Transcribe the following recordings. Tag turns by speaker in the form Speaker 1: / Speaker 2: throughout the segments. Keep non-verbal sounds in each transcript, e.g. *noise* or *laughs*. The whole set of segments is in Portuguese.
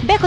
Speaker 1: Boteco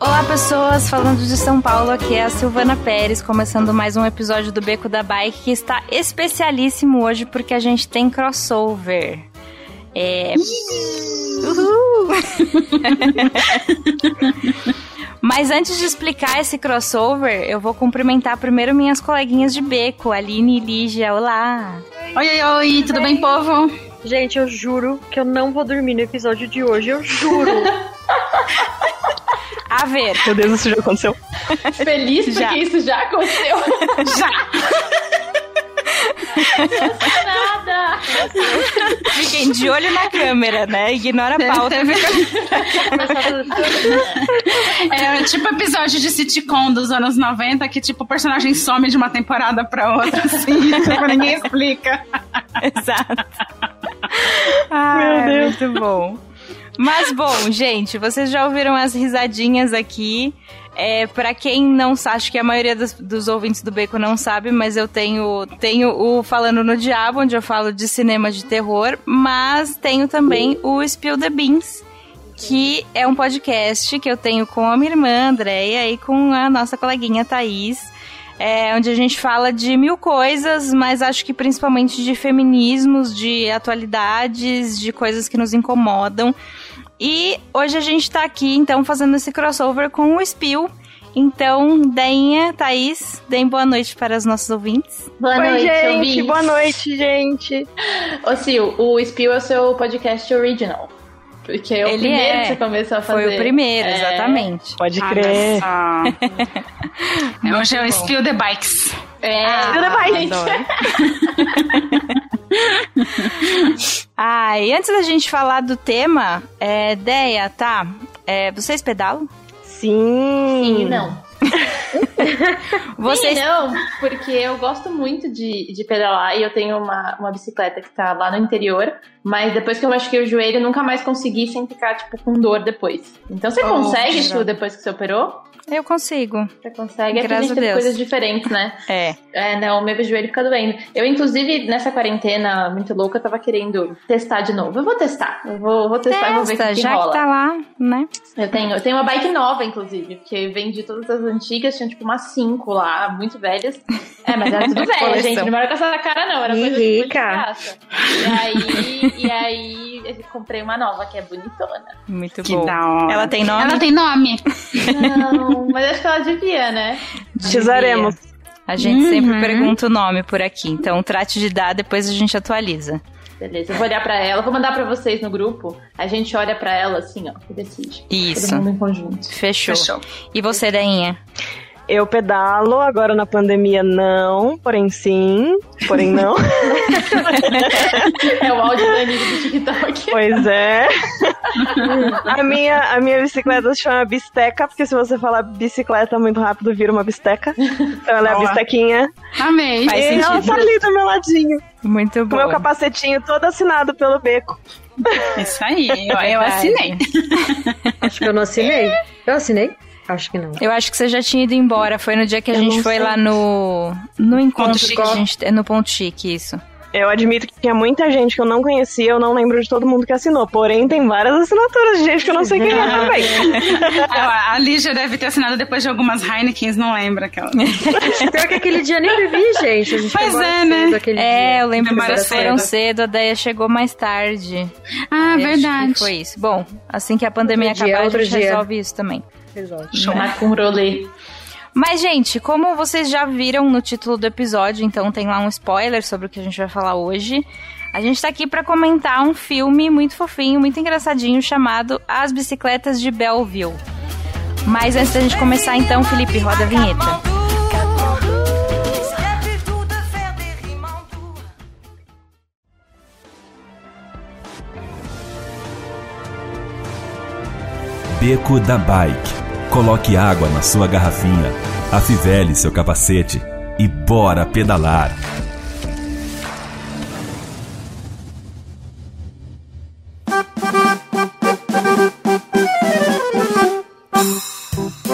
Speaker 2: Olá, pessoas! Falando de São Paulo, aqui é a Silvana Pérez, começando mais um episódio do Beco da Bike, que está especialíssimo hoje porque a gente tem crossover. É. Uhul! *laughs* Mas antes de explicar esse crossover, eu vou cumprimentar primeiro minhas coleguinhas de beco, Aline e Lígia. Olá!
Speaker 3: Oi, oi, oi, tudo bem, povo?
Speaker 4: Gente, eu juro que eu não vou dormir no episódio de hoje,
Speaker 5: *laughs*
Speaker 4: eu juro.
Speaker 2: A ver,
Speaker 5: Meu Deus, isso já aconteceu.
Speaker 3: Feliz
Speaker 2: Já.
Speaker 3: porque isso já aconteceu.
Speaker 2: *laughs* já!
Speaker 3: Nada!
Speaker 2: Fiquem de olho na câmera, né? Ignora a pauta.
Speaker 6: É tipo episódio de sitcom dos anos 90 que, tipo, o personagem some de uma temporada pra outra, assim, tipo, ninguém explica.
Speaker 2: *laughs* Exato. Ai, Meu Deus. Muito bom. Mas bom, gente, vocês já ouviram as risadinhas aqui. É, para quem não sabe, acho que a maioria dos, dos ouvintes do Beco não sabe, mas eu tenho, tenho o Falando no Diabo, onde eu falo de cinema de terror, mas tenho também o Spill the Beans, que é um podcast que eu tenho com a minha irmã, Andréia, e com a nossa coleguinha Thaís é, onde a gente fala de mil coisas, mas acho que principalmente de feminismos, de atualidades, de coisas que nos incomodam. E hoje a gente tá aqui, então, fazendo esse crossover com o Spill. Então, Deinha, Thaís, deem boa noite para os nossos ouvintes.
Speaker 3: Boa
Speaker 4: Oi,
Speaker 3: noite,
Speaker 4: gente.
Speaker 3: ouvintes.
Speaker 4: Boa noite, gente.
Speaker 3: Ô, Sil, o Spill é o seu podcast original. Porque é o
Speaker 2: Ele
Speaker 3: primeiro
Speaker 2: é.
Speaker 3: que você começou a fazer.
Speaker 2: Foi o primeiro,
Speaker 3: É.
Speaker 2: exatamente.
Speaker 5: Pode crer.
Speaker 6: Hoje é
Speaker 2: bom.
Speaker 6: o Spill the Bikes.
Speaker 3: É.
Speaker 4: Tudo bem?
Speaker 2: *laughs* Ah, e antes da gente falar do tema, é, Deia, tá? É, vocês pedalam?
Speaker 5: Sim.
Speaker 3: Sim, não.
Speaker 2: Vocês
Speaker 3: Sim, né? não, porque eu gosto muito de, de pedalar e eu tenho uma, uma bicicleta que tá lá no interior, mas depois que eu machuquei o joelho, eu nunca mais consegui sem ficar, tipo, com dor depois. Então você
Speaker 6: Oh,
Speaker 3: consegue
Speaker 2: geral.
Speaker 3: isso depois que você operou?
Speaker 2: Eu consigo.
Speaker 3: Você consegue, é que a
Speaker 2: Graças
Speaker 3: gente
Speaker 2: a
Speaker 3: tem
Speaker 2: Deus.
Speaker 3: coisas diferentes, né?
Speaker 2: É.
Speaker 3: É, não, meu joelho fica doendo. Eu, inclusive, nessa quarentena muito louca, eu tava querendo testar de novo. Eu vou testar. Eu vou, vou testar, e vou ver o
Speaker 2: Testa,
Speaker 3: que, que
Speaker 2: É, já
Speaker 3: rola.
Speaker 2: que tá lá, né?
Speaker 3: Eu, tenho, eu tenho uma bike nova, inclusive, porque vendi todas as antigas, tinha tipo umas cinco lá, muito velhas. É, mas
Speaker 2: *laughs*
Speaker 3: era tudo velha,
Speaker 2: Coleção.
Speaker 3: gente. Não era com essa cara, não. Era
Speaker 1: Ih,
Speaker 3: coisa tipo, de
Speaker 1: rica.
Speaker 3: graça.
Speaker 2: *laughs*
Speaker 3: E aí, e aí eu comprei uma nova que é bonitona.
Speaker 2: Muito
Speaker 6: Que
Speaker 2: bom.
Speaker 6: da hora.
Speaker 2: Ela tem nome?
Speaker 6: Ela tem nome.
Speaker 3: Não, mas acho que ela devia, né?
Speaker 5: Tesouremos.
Speaker 2: A gente
Speaker 6: Uhum.
Speaker 2: sempre pergunta o nome por aqui, então trate de dar, depois a gente atualiza.
Speaker 3: Beleza, eu vou olhar pra ela, vou mandar pra vocês no grupo. A gente olha pra ela assim, ó, e decide.
Speaker 2: Isso.
Speaker 3: Todo mundo em conjunto.
Speaker 2: Fechou.
Speaker 6: Fechou.
Speaker 2: E você, Dainha?
Speaker 5: Eu pedalo, agora na pandemia não, porém sim, porém
Speaker 4: *laughs*
Speaker 5: não.
Speaker 3: *laughs* É o áudio da Anitta do TikTok.
Speaker 5: pois é. A minha, a minha bicicleta se chama bisteca, porque se você falar bicicleta muito rápido, vira uma bisteca. Então ela é a
Speaker 6: Boa.
Speaker 5: bistequinha.
Speaker 6: Amei.
Speaker 2: Faz
Speaker 5: e ela
Speaker 2: sentido.
Speaker 5: tá ali do meu ladinho,
Speaker 2: Muito
Speaker 5: com
Speaker 2: bom.
Speaker 5: meu capacetinho todo assinado pelo beco.
Speaker 6: Isso aí, eu, eu assinei.
Speaker 4: Acho que eu não assinei. Eu assinei? Acho que não.
Speaker 2: Eu acho que você já tinha ido embora, foi no dia que a
Speaker 5: Eu
Speaker 2: gente
Speaker 5: não
Speaker 2: foi
Speaker 5: sei.
Speaker 2: lá no no encontro
Speaker 6: Chique.
Speaker 2: que a gente é no ponto chique isso.
Speaker 5: Eu admito que tinha muita gente que eu não conhecia, eu não lembro de todo mundo que assinou. Porém, tem várias assinaturas de gente que eu não sei quem é *laughs* também.
Speaker 6: A, a Lígia deve ter assinado depois de algumas Heinekens, não lembra aquela.
Speaker 4: Pior que aquele dia nem vivi, gente. A gente
Speaker 6: Pois
Speaker 4: chegou
Speaker 6: é,
Speaker 4: cedo
Speaker 6: né?
Speaker 4: aquele
Speaker 2: É,
Speaker 4: dia.
Speaker 2: eu lembro que
Speaker 6: Demora
Speaker 2: vocês foram
Speaker 6: cedo.
Speaker 2: cedo, a Deia chegou mais tarde.
Speaker 6: Ah,
Speaker 2: Eu acho que
Speaker 6: verdade.
Speaker 2: Foi isso. Bom, assim que a pandemia
Speaker 4: Outro dia,
Speaker 2: acabar, a
Speaker 4: outro
Speaker 2: gente
Speaker 4: dia.
Speaker 2: resolve isso também.
Speaker 4: Exato.
Speaker 3: Chamar Tá com um rolê.
Speaker 2: Mas, gente, como vocês já viram no título do episódio, então tem lá um spoiler sobre o que a gente vai falar hoje. A gente tá aqui pra comentar um filme muito fofinho, muito engraçadinho, chamado As Bicicletas de Belleville. Mas antes da gente começar, então, Felipe, roda a vinheta.
Speaker 7: Beco da Bike. Coloque água na sua garrafinha, afivele seu capacete e bora pedalar.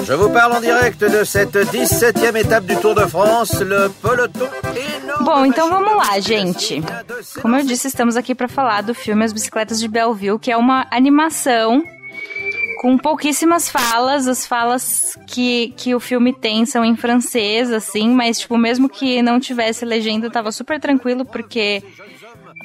Speaker 8: Je vous parle en direct de cette 17e étape du Tour de France, le peloton énorme.
Speaker 2: Bom, então vamos lá, gente. Como eu disse, estamos aqui para falar do filme As Bicicletas de Belleville, que é uma animação com pouquíssimas falas. As falas que, que o filme tem são em francês, assim, mas, tipo, mesmo que não tivesse legenda, eu tava super tranquilo, porque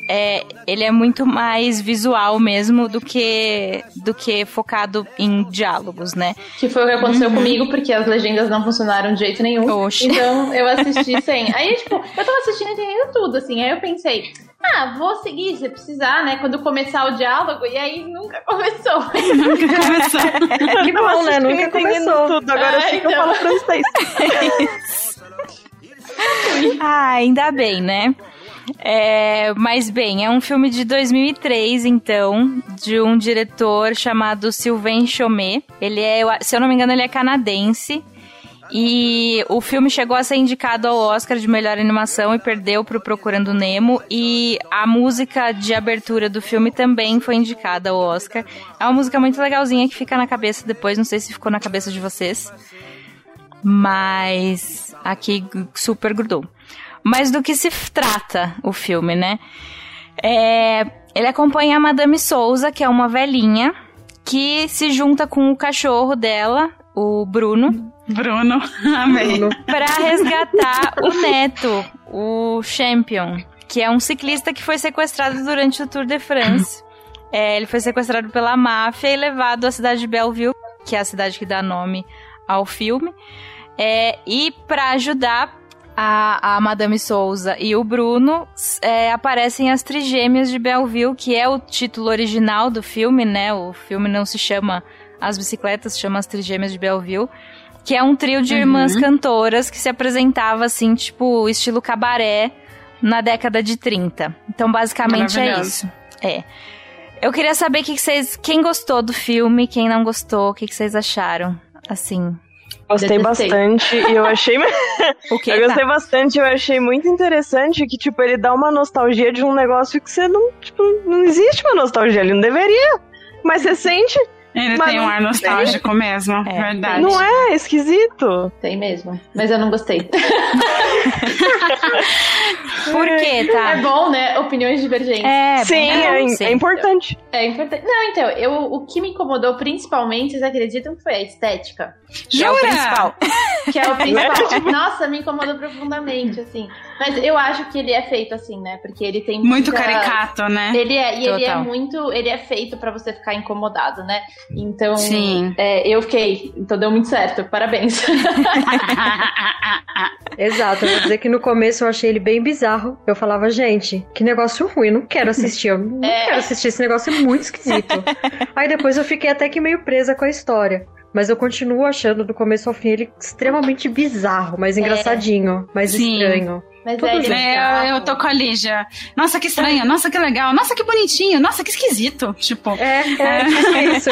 Speaker 2: é, ele é muito mais visual mesmo do que, do que focado em diálogos, né?
Speaker 3: Que foi o que aconteceu comigo, porque as legendas não funcionaram de jeito nenhum.
Speaker 2: Oxe.
Speaker 3: Então
Speaker 2: *laughs*
Speaker 3: eu assisti sem. Aí, tipo, eu tava assistindo e entendendo tudo, assim. Aí eu pensei, ah, vou seguir se precisar, né? Quando começar o diálogo. E aí nunca *laughs* começou.
Speaker 5: Que bom, né? Nunca começou. tudo. Agora
Speaker 3: Ah,
Speaker 5: eu sei que eu
Speaker 3: então.
Speaker 5: falo *laughs* francês.
Speaker 2: Ah, ainda bem, né? É, mas bem, é um filme de 2003, então, de um diretor chamado Sylvain Chomet. Ele é, eu a- se eu não me engano, ele é canadense. E o filme chegou a ser indicado ao Oscar de melhor animação e perdeu pro Procurando Nemo. E a música de abertura do filme também foi indicada ao Oscar. É uma música muito legalzinha que fica na cabeça depois, não sei se ficou na cabeça de vocês. Mas aqui g- super grudou. Mas do que se f- trata o filme, né? É, ele acompanha a Madame Souza, que é uma velhinha, que se junta com o cachorro dela, o Bruno,
Speaker 6: Bruno, *laughs* amei.
Speaker 2: para resgatar o neto, o Champion, que é um ciclista que foi sequestrado durante o Tour de France. É, ele foi sequestrado pela máfia e levado à cidade de Belleville, que é a cidade que dá nome ao filme. É, e para ajudar a, a Madame Souza e o Bruno, s- é, aparecem as Trigêmeas de Belleville, que é o título original do filme, né? O filme não se chama As Bicicletas, se chama As Trigêmeas de Belleville. Que é um trio de irmãs cantoras que se apresentava assim, tipo, estilo cabaré, na década de 30. Então, basicamente é
Speaker 6: Maravilhoso.
Speaker 2: isso. É. Eu queria saber o que que vocês. Quem gostou do filme, quem não gostou, o que que vocês acharam? Assim.
Speaker 5: Gostei
Speaker 3: Detestei.
Speaker 5: bastante e eu achei
Speaker 2: O que
Speaker 5: Eu gostei bastante, eu achei muito interessante que, tipo, ele dá uma nostalgia de um negócio que você não, tipo, não existe uma nostalgia, ele não deveria. Mas você sente,
Speaker 6: Ele
Speaker 5: Mas
Speaker 6: tem um
Speaker 5: não
Speaker 6: ar nostálgico mesmo,
Speaker 2: É.
Speaker 6: verdade.
Speaker 5: não é é esquisito.
Speaker 3: Tem mesmo. Mas eu não gostei.
Speaker 2: Por quê, tá?
Speaker 3: É bom, né? Opiniões divergentes.
Speaker 2: É,
Speaker 5: Sim,
Speaker 2: bom,
Speaker 5: é,
Speaker 2: sim.
Speaker 5: é importante.
Speaker 3: É importante. Não, então, eu, o que me incomodou principalmente, vocês acreditam que foi a estética?
Speaker 2: Que É o principal.
Speaker 3: Que é o
Speaker 6: Né? *laughs*
Speaker 3: principal. Nossa, me incomodou profundamente, assim. Mas eu acho que ele é feito assim, né? Porque ele tem
Speaker 6: Muito
Speaker 3: muita-
Speaker 6: caricato, né?
Speaker 3: Ele é, e ele é
Speaker 2: Total.
Speaker 3: muito. Ele é feito pra você ficar incomodado, né? Então, *laughs*
Speaker 6: Sim.
Speaker 3: é, eu fiquei. Então deu muito certo. Parabéns. *laughs*
Speaker 4: Exato, eu vou dizer que no começo eu achei ele bem bizarro. Eu falava, gente, que negócio ruim, não quero assistir, eu não
Speaker 3: É.
Speaker 4: quero assistir, esse negócio é
Speaker 6: *laughs*
Speaker 4: muito esquisito. Aí depois eu fiquei até que meio presa com a história. Mas eu continuo achando do começo ao fim ele extremamente bizarro, mas engraçadinho, mas
Speaker 6: É. Sim.
Speaker 4: estranho.
Speaker 3: Mas
Speaker 4: Tudo
Speaker 3: é, ele
Speaker 6: É,
Speaker 3: bizarro.
Speaker 6: eu- eu tô com a Lígia. Nossa, que estranho. Nossa, que legal. Nossa, que bonitinho. Nossa, que esquisito. Tipo,
Speaker 4: É, é, tipo
Speaker 6: *laughs*
Speaker 4: isso.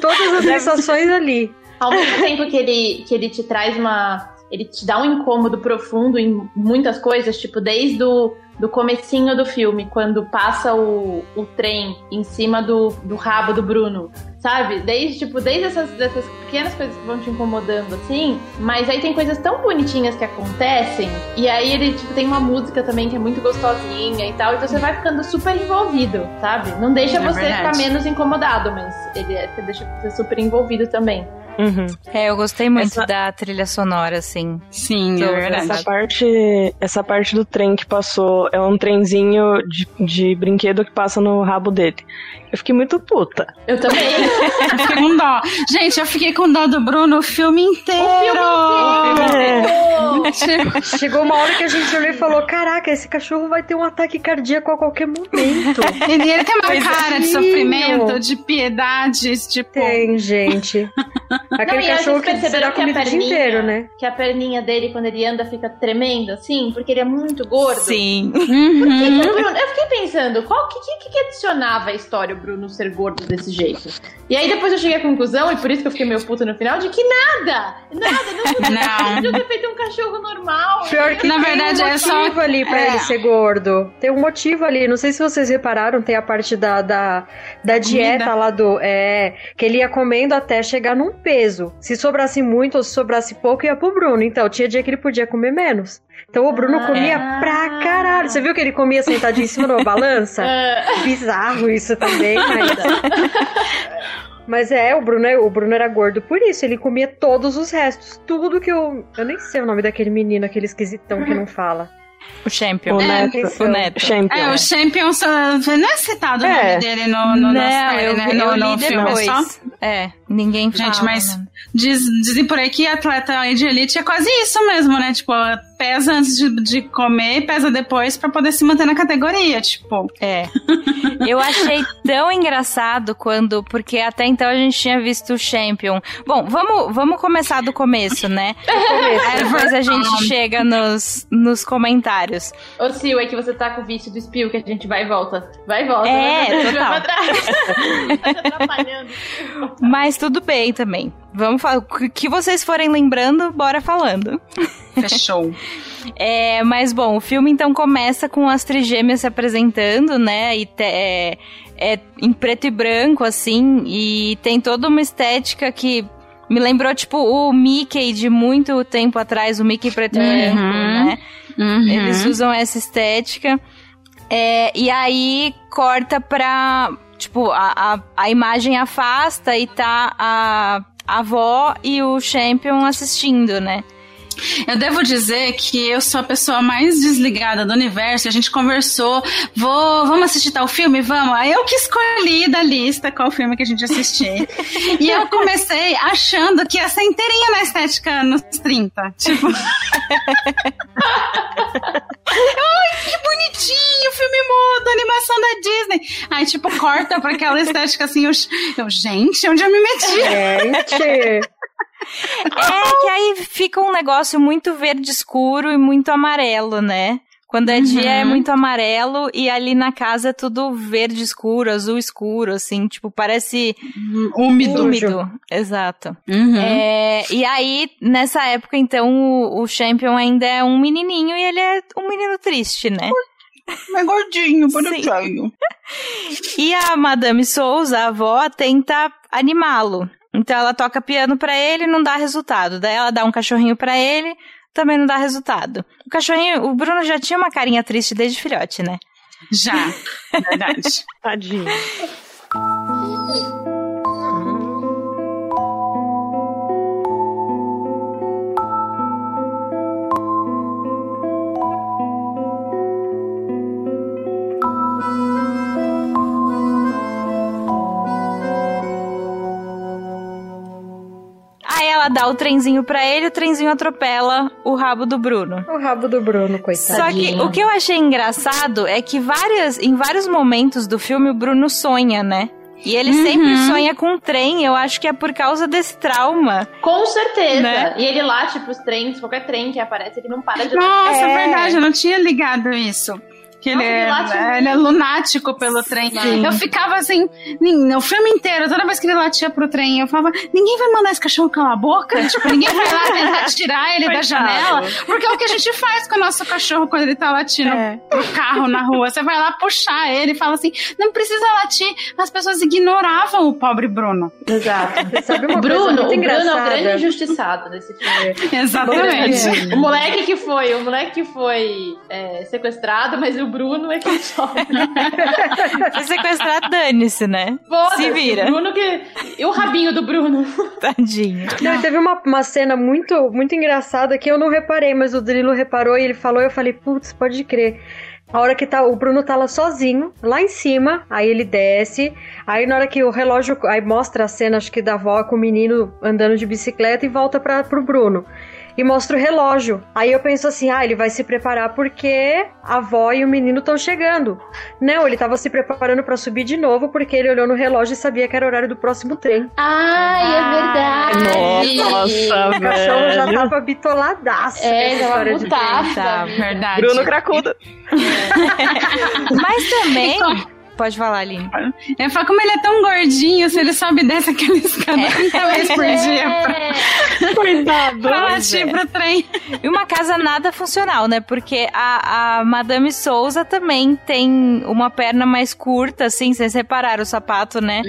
Speaker 4: Todas as sensações ali.
Speaker 3: Ao mesmo tempo que ele, que ele te traz uma. Ele te dá um incômodo profundo em muitas coisas, tipo, desde o do comecinho do filme, quando passa o, o trem em cima do, do rabo do Bruno, sabe? Desde, tipo, desde essas, dessas pequenas coisas que vão te incomodando, assim, mas aí tem coisas tão bonitinhas que acontecem, e aí ele, tipo, tem uma música também que é muito gostosinha e tal, então você vai ficando super envolvido, sabe? Não deixa
Speaker 6: É
Speaker 3: você
Speaker 6: verdade.
Speaker 3: ficar menos incomodado, mas ele é, você deixa você super envolvido também.
Speaker 5: Uhum.
Speaker 2: É, eu gostei muito
Speaker 5: Essa-
Speaker 2: da trilha sonora, assim.
Speaker 6: sim, é
Speaker 2: Tô,
Speaker 6: verdade.
Speaker 5: Essa parte, essa parte do trem que passou é um trenzinho de, de brinquedo que passa no rabo dele. Eu fiquei muito puta.
Speaker 3: Eu
Speaker 2: *laughs*
Speaker 3: também.
Speaker 6: Eu fiquei com dó. Gente, eu fiquei com dó do Bruno o filme inteiro.
Speaker 5: É,
Speaker 6: Tipo,
Speaker 4: Chegou uma hora que a gente olhou e falou: Caraca, esse cachorro vai ter um ataque cardíaco a qualquer
Speaker 3: *laughs*
Speaker 4: momento.
Speaker 6: ele, ele tem uma
Speaker 4: Pois é.
Speaker 6: cara de sofrimento, de piedade, tipo.
Speaker 4: Tem, gente. Aquele
Speaker 3: Não, e aí
Speaker 4: cachorro
Speaker 3: vocês
Speaker 4: que se
Speaker 3: perceberam
Speaker 4: dá
Speaker 3: que a
Speaker 4: comida o dia
Speaker 3: perninha-
Speaker 4: inteiro, né?
Speaker 3: que a perninha dele, quando ele anda, fica tremendo, assim, porque ele é muito gordo.
Speaker 2: Sim.
Speaker 3: Por que que
Speaker 6: Uhum.
Speaker 3: o Bruno- Eu fiquei pensando, qual que, que, que adicionava a história? O Bruno ser gordo desse jeito. E aí depois eu cheguei à conclusão, e por isso que eu fiquei meio puta no final, de que nada! Nada, não podia,
Speaker 6: Não.
Speaker 3: podia ter feito um cachorro
Speaker 4: *laughs*
Speaker 3: normal.
Speaker 4: Pior que
Speaker 6: Na
Speaker 4: tem
Speaker 6: verdade,
Speaker 4: um
Speaker 6: é só-
Speaker 4: motivo ali pra
Speaker 6: é.
Speaker 4: ele ser gordo. Tem um motivo ali. Não sei se vocês repararam, tem a parte da, da, da dieta lá do. É. Que ele ia comendo até chegar num peso. Se sobrasse muito ou se sobrasse pouco, ia pro Bruno. Então, tinha dia que ele podia comer menos. Então o Bruno
Speaker 3: Ah.
Speaker 4: comia pra caralho. Você viu que ele comia sentadinho em cima da
Speaker 3: *laughs*
Speaker 4: balança?
Speaker 3: Ah,
Speaker 4: Bizarro isso também, mas. *laughs* Mas é, o Bruno, o Bruno era gordo por isso, ele comia todos os restos. Tudo que eu. Eu nem sei o nome daquele menino, aquele esquisitão que
Speaker 3: *laughs*
Speaker 4: não fala.
Speaker 2: O champion.
Speaker 5: O
Speaker 2: É,
Speaker 5: Neto.
Speaker 2: O Neto.
Speaker 5: Champion. né?
Speaker 6: É, o Champion só- não é citado o
Speaker 5: É.
Speaker 6: nome dele no, no, na série,
Speaker 2: eu,
Speaker 6: né?
Speaker 2: eu
Speaker 6: no, no
Speaker 2: li
Speaker 6: filme
Speaker 2: depois.
Speaker 6: só.
Speaker 2: É, ninguém fala.
Speaker 6: Gente, mas
Speaker 2: né?
Speaker 6: diz- dizem por aí que atleta de elite é quase isso mesmo, né? Tipo, ela pesa antes de, de comer e pesa depois pra poder se manter na categoria, tipo.
Speaker 2: É. Eu achei tão engraçado quando. Porque até então a gente tinha visto o Champion. Bom, vamos, vamos começar do começo, né? Aí depois a gente chega nos, nos comentários.
Speaker 3: Ô, Sil, é que você tá com o vício do Spill, que a gente vai e volta. Vai e volta.
Speaker 2: É,
Speaker 3: vai pra-
Speaker 2: total.
Speaker 3: vai pra trás. *laughs* tá te atrapalhando.
Speaker 2: Mas tudo bem também. Vamos falar. O que vocês forem lembrando, bora falando.
Speaker 6: Fechou.
Speaker 2: É, mas bom, o filme então começa com as trigêmeas se apresentando, né? E te- é, é em preto e branco, assim, e tem toda uma estética que me lembrou, tipo, o Mickey de muito tempo atrás, o Mickey preto e
Speaker 3: Uhum.
Speaker 2: branco, né?
Speaker 6: *laughs* Uhum.
Speaker 2: Eles usam essa estética. É, e aí corta pra. Tipo, a, a, a imagem afasta e tá a, a avó e o Champion assistindo, né?
Speaker 6: Eu devo dizer que eu sou a pessoa mais desligada do universo. A gente conversou, vou, vamos assistir tal filme? Vamos. Aí eu que escolhi da lista qual filme que a gente ia assistir. e eu comecei achando que ia ser inteirinha na estética anos 30. Tipo. *laughs* Ai, que bonitinho! Filme mudo, animação da Disney. Aí, tipo, corta pra aquela estética assim. Eu, eu, gente, onde eu me meti?
Speaker 4: Gente!
Speaker 2: É que aí fica um negócio muito verde escuro e muito amarelo, né? Quando é dia é muito amarelo e ali na casa é tudo verde escuro, azul escuro, assim, tipo, parece
Speaker 6: Úmido.
Speaker 2: úmido. Exato.
Speaker 6: Uhum.
Speaker 2: É, e aí, nessa época, então, o, o Champion ainda é um menininho e ele é um menino triste, né?
Speaker 6: É gordinho,
Speaker 2: bonitinho. E a Madame Souza, a avó, tenta animá-lo. Então ela toca piano pra ele, não dá resultado. Daí ela dá um cachorrinho pra ele, também não dá resultado. O cachorrinho, o Bruno já tinha uma carinha triste desde filhote, né?
Speaker 6: Já, verdade.
Speaker 5: Tadinho.
Speaker 2: Aí ela dá o trenzinho pra ele, o trenzinho atropela o rabo do Bruno.
Speaker 4: O rabo do Bruno, coitado.
Speaker 2: Só que o que eu achei engraçado é que várias, em vários momentos do filme o Bruno sonha, né? E ele sempre sonha com um trem, eu acho que é por causa desse trauma.
Speaker 3: Com certeza.
Speaker 2: Né?
Speaker 3: E ele lá, tipo, os trens, qualquer trem que aparece, ele não para de
Speaker 6: Nossa,
Speaker 2: É.
Speaker 6: verdade, eu não tinha ligado isso. Que ele,
Speaker 3: Nossa,
Speaker 6: é,
Speaker 3: ele late
Speaker 6: ele é lunático pelo trem. Eu ficava assim, nin- o filme inteiro, toda vez que ele latia pro trem, eu falava: ninguém vai mandar esse cachorro calar a boca? tipo, ninguém vai lá tentar tirar ele da
Speaker 5: Coitado.
Speaker 6: janela. Porque é o que a gente faz com o nosso cachorro quando ele tá latindo pro carro na rua. Você vai lá puxar ele e fala assim: não precisa latir. As pessoas ignoravam o pobre Bruno.
Speaker 3: Exato.
Speaker 4: Sabe
Speaker 3: O
Speaker 4: uma coisa
Speaker 3: Bruno, o
Speaker 4: muito
Speaker 3: Bruno é o
Speaker 4: engraçada?
Speaker 3: grande injustiçado desse filme.
Speaker 6: Exatamente.
Speaker 3: O moleque que foi, o moleque que foi é, sequestrado, mas o Bruno é que chora.
Speaker 2: Foi sequestrar, dane-se, né? Se vira.
Speaker 3: O Bruno que. E o rabinho do Bruno.
Speaker 2: Tadinho.
Speaker 4: Não, e teve uma, uma cena muito, muito engraçada que eu não reparei, mas o Drilo reparou e ele falou, e eu falei, putz, pode crer. A hora que tá, o Bruno tá lá sozinho, lá em cima, aí ele desce, aí na hora que o relógio, aí mostra a cena, acho que da avó com o menino andando de bicicleta e volta pra, pro Bruno. E mostra o relógio. Aí eu penso assim, ah, ele vai se preparar porque a avó e o menino estão chegando. Não, ele tava se preparando pra subir de novo porque ele olhou no relógio e sabia que era o horário do próximo trem.
Speaker 3: Ai, é verdade.
Speaker 5: Nossa,
Speaker 4: O
Speaker 2: É,
Speaker 4: cachorro já
Speaker 5: velho.
Speaker 4: tava bitoladaço.
Speaker 3: É,
Speaker 4: nessa
Speaker 3: ele tava
Speaker 4: história de-
Speaker 3: putaço.
Speaker 2: Tá,
Speaker 3: da vida.
Speaker 6: Verdade.
Speaker 5: Bruno Cracudo.
Speaker 2: Mas também.
Speaker 6: E co-
Speaker 2: Pode falar, Aline.
Speaker 6: Eu falo, como ele é tão gordinho, se ele sobe e desce aquela escada
Speaker 2: É.
Speaker 6: 30 vezes por dia pra,
Speaker 5: Coitado.
Speaker 6: pra
Speaker 2: Pois
Speaker 6: latir
Speaker 2: é.
Speaker 6: pro trem.
Speaker 2: E uma casa nada funcional, né? Porque a, a Madame Souza também tem uma perna mais curta, assim, vocês repararam o sapato, né?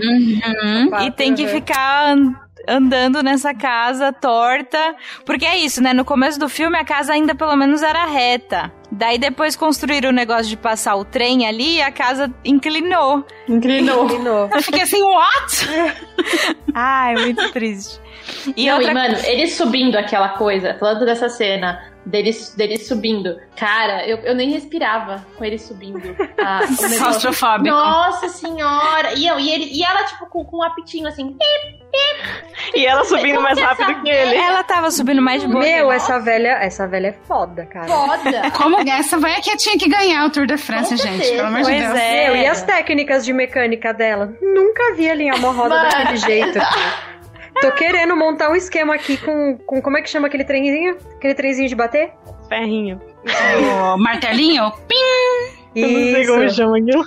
Speaker 2: e tem
Speaker 4: né?
Speaker 2: que ficar an- andando nessa casa torta. Porque é isso, né? No começo do filme a casa ainda pelo menos era reta. Daí depois construíram o negócio de passar o trem ali e a casa inclinou.
Speaker 3: Inclinou.
Speaker 4: Combinou.
Speaker 6: Eu fiquei assim, what?
Speaker 2: Ai, muito *laughs* triste. E
Speaker 3: Não,
Speaker 2: outra
Speaker 3: e, mano, ele subindo aquela coisa, falando dessa cena, dele, dele subindo. Cara, eu, eu nem respirava com ele subindo. Ah, o negócio.
Speaker 6: Claustrofóbico.
Speaker 3: Nossa senhora! E, eu- e ele, e ela, tipo, com, com um apitinho assim.
Speaker 5: E ela subindo mais rápido que ele.
Speaker 2: Ela tava subindo mais de boa.
Speaker 4: Meu, essa velha, essa velha é foda, cara.
Speaker 3: Foda!
Speaker 6: Como essa vai É que tinha que ganhar o Tour de França,
Speaker 3: Com
Speaker 6: gente.
Speaker 3: certeza.
Speaker 6: Pelo amor de
Speaker 2: Pois
Speaker 6: Deus.
Speaker 2: é.
Speaker 4: Meu, e as técnicas de mecânica dela? Nunca vi alinhar uma roda
Speaker 3: Mano.
Speaker 4: daquele jeito. Tô querendo montar um esquema aqui com, com. Como é que chama aquele trenzinho? Aquele trenzinho de bater?
Speaker 5: Ferrinho.
Speaker 2: é.
Speaker 6: O martelinho, pim!
Speaker 5: Eu não sei como
Speaker 4: Isso.
Speaker 5: chama aquilo.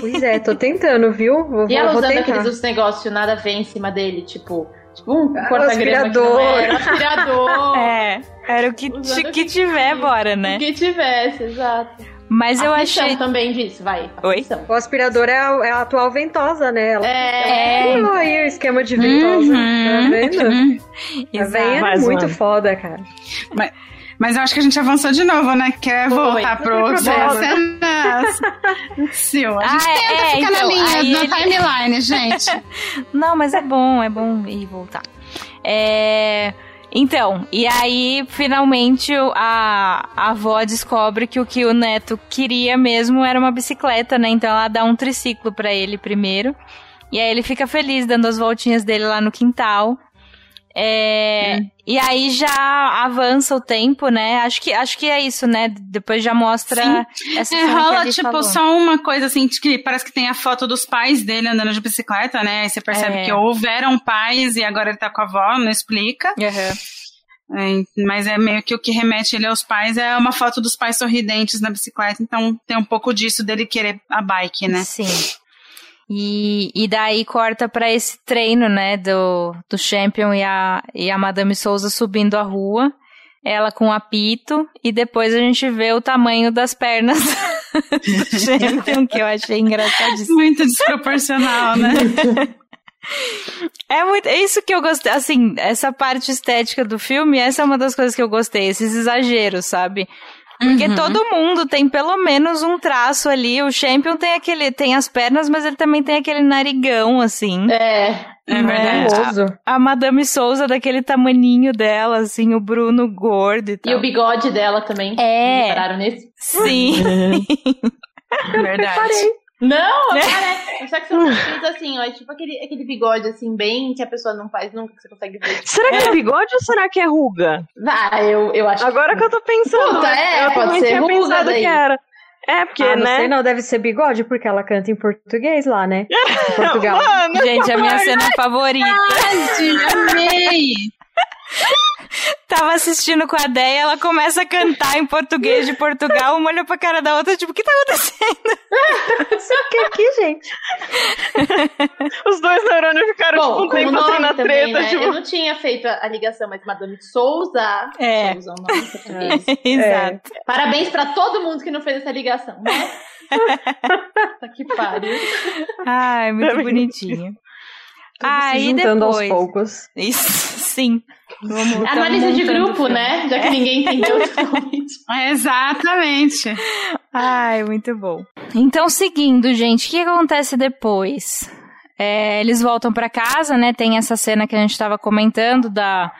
Speaker 4: Pois é, tô tentando, viu? Vou,
Speaker 3: E
Speaker 4: vou-
Speaker 3: ela
Speaker 4: vou
Speaker 3: usando
Speaker 4: tentar.
Speaker 3: aqueles os negócios nada a ver em cima dele, tipo. Tipo, um
Speaker 4: Ah,
Speaker 3: corta-grama que não era, um aspirador.
Speaker 2: É, era o que, ti-
Speaker 3: Usando o
Speaker 2: que
Speaker 3: que
Speaker 2: tiver,
Speaker 3: tinha. Ah,
Speaker 2: bora,
Speaker 3: O
Speaker 2: né?
Speaker 3: que tivesse, exato.
Speaker 2: Mas eu
Speaker 3: Aflição
Speaker 2: achei.
Speaker 3: também disso, vai.
Speaker 2: Oi?
Speaker 3: aflição.
Speaker 4: O aspirador é a, é a atual ventosa, né? Ela
Speaker 3: É.
Speaker 2: É,
Speaker 4: Olha aí o esquema de ventosa. Tá vendo?
Speaker 6: Uhum.
Speaker 3: então.
Speaker 4: A
Speaker 2: exato.
Speaker 4: velha é
Speaker 5: Mais
Speaker 4: muito
Speaker 5: uma.
Speaker 4: foda, cara.
Speaker 6: Mas eu acho que a gente avançou de novo, né? Quer
Speaker 3: Foi.
Speaker 6: voltar pro
Speaker 4: Não tem problema.
Speaker 6: cenas.
Speaker 2: *laughs*
Speaker 6: Sil, a gente
Speaker 2: Ah,
Speaker 6: tenta
Speaker 2: é,
Speaker 6: ficar na
Speaker 2: então, aí
Speaker 6: linha,
Speaker 2: ele-
Speaker 6: na timeline, gente.
Speaker 2: Não, mas é bom, é bom ir e voltar. É, Então, e aí finalmente o- a, a avó descobre que o que o neto queria mesmo era uma bicicleta, né? Então ela dá um triciclo pra ele primeiro. E aí ele fica feliz dando as voltinhas dele lá no quintal. É, E aí já avança o tempo, né? Acho que, acho que é isso, né? Depois já mostra essa
Speaker 6: É,
Speaker 2: cena que
Speaker 6: rola,
Speaker 2: ele
Speaker 6: tipo,
Speaker 2: falou.
Speaker 6: só uma coisa assim, de que parece que tem a foto dos pais dele andando de bicicleta, né? Aí você percebe
Speaker 2: É.
Speaker 6: que houveram pais e agora ele tá com a avó, não explica.
Speaker 2: Aham.
Speaker 6: É, mas é meio que o que remete ele aos pais é uma foto dos pais sorridentes na bicicleta, então tem um pouco disso dele querer a bike, né?
Speaker 2: Sim. E, e daí corta pra esse treino, né, do, do Champion e a, e a Madame Souza subindo a rua, ela com apito, e depois a gente vê o tamanho das pernas *laughs* do Champion, que eu achei engraçadíssimo.
Speaker 6: Muito
Speaker 2: *laughs*
Speaker 6: desproporcional, né?
Speaker 2: É, muito, é isso que eu gostei, assim, essa parte estética do filme, essa é uma das coisas que eu gostei, esses exageros, sabe? Porque
Speaker 6: Uhum.
Speaker 2: todo mundo tem pelo menos um traço ali, o Champion tem aquele, tem as pernas, mas ele também tem aquele narigão, assim.
Speaker 3: É.
Speaker 2: né?
Speaker 6: É verdade.
Speaker 4: Famoso.
Speaker 2: a Madame Souza daquele tamaninho dela, assim, o Bruno gordo e
Speaker 3: E
Speaker 2: tal.
Speaker 3: o bigode dela também.
Speaker 2: É.
Speaker 3: Vocês Repararam nisso?
Speaker 2: Sim. É.
Speaker 6: é Verdade.
Speaker 3: Não,
Speaker 2: Né?
Speaker 3: parece. Só que são filhos assim, ó. É tipo aquele, aquele bigode assim, bem que a pessoa não faz nunca, que você consegue ver.
Speaker 5: Será que é bigode ou será que é ruga?
Speaker 3: Ah, eu, eu acho
Speaker 5: Agora que eu tô pensando.
Speaker 3: Puta, é,
Speaker 5: eu
Speaker 3: pode
Speaker 5: também
Speaker 3: ser
Speaker 5: tinha
Speaker 3: ruga
Speaker 5: pensado
Speaker 3: daí.
Speaker 5: que era. É, porque,
Speaker 4: Ah, não sei
Speaker 5: né?
Speaker 4: não, deve ser bigode, porque ela canta em português lá, né? Em Portugal.
Speaker 5: Mano,
Speaker 2: *laughs* Gente, a *laughs* minha cena favorita.
Speaker 6: Verdade, amei!
Speaker 2: Tava assistindo com a Déia, ela começa a cantar em português de Portugal, uma olhou pra cara da outra, tipo, o que tá *laughs* acontecendo?
Speaker 4: Não sei o que aqui, gente.
Speaker 5: os dois neurônios ficaram tipo um
Speaker 3: Bom, com o
Speaker 5: tempo assim
Speaker 3: nome
Speaker 5: na
Speaker 3: também,
Speaker 5: treta.
Speaker 3: né?
Speaker 5: Tipo,
Speaker 3: Eu não tinha feito a, a ligação, mas Madame Souza.
Speaker 2: É.
Speaker 3: Souza, o nome em português.
Speaker 4: É.
Speaker 2: Exato.
Speaker 3: Parabéns pra todo mundo que não fez essa ligação,
Speaker 2: *laughs*
Speaker 3: né? Tá que pariu.
Speaker 2: Ai, muito
Speaker 5: Também.
Speaker 2: bonitinho.
Speaker 4: É Tudo
Speaker 2: Aí
Speaker 4: se juntando
Speaker 2: depois.
Speaker 4: aos poucos.
Speaker 2: Isso, sim. Vamos
Speaker 5: *laughs* Ah,
Speaker 2: voltar um
Speaker 3: Análise de
Speaker 2: montão
Speaker 3: grupo,
Speaker 2: filme.
Speaker 3: né? Já que ninguém entendeu *laughs*
Speaker 5: tá
Speaker 3: totalmente.
Speaker 6: É, Exatamente.
Speaker 2: Ai, muito bom. Então, seguindo, gente, o que acontece depois? É, eles voltam pra casa, né? Tem essa cena que a gente tava comentando da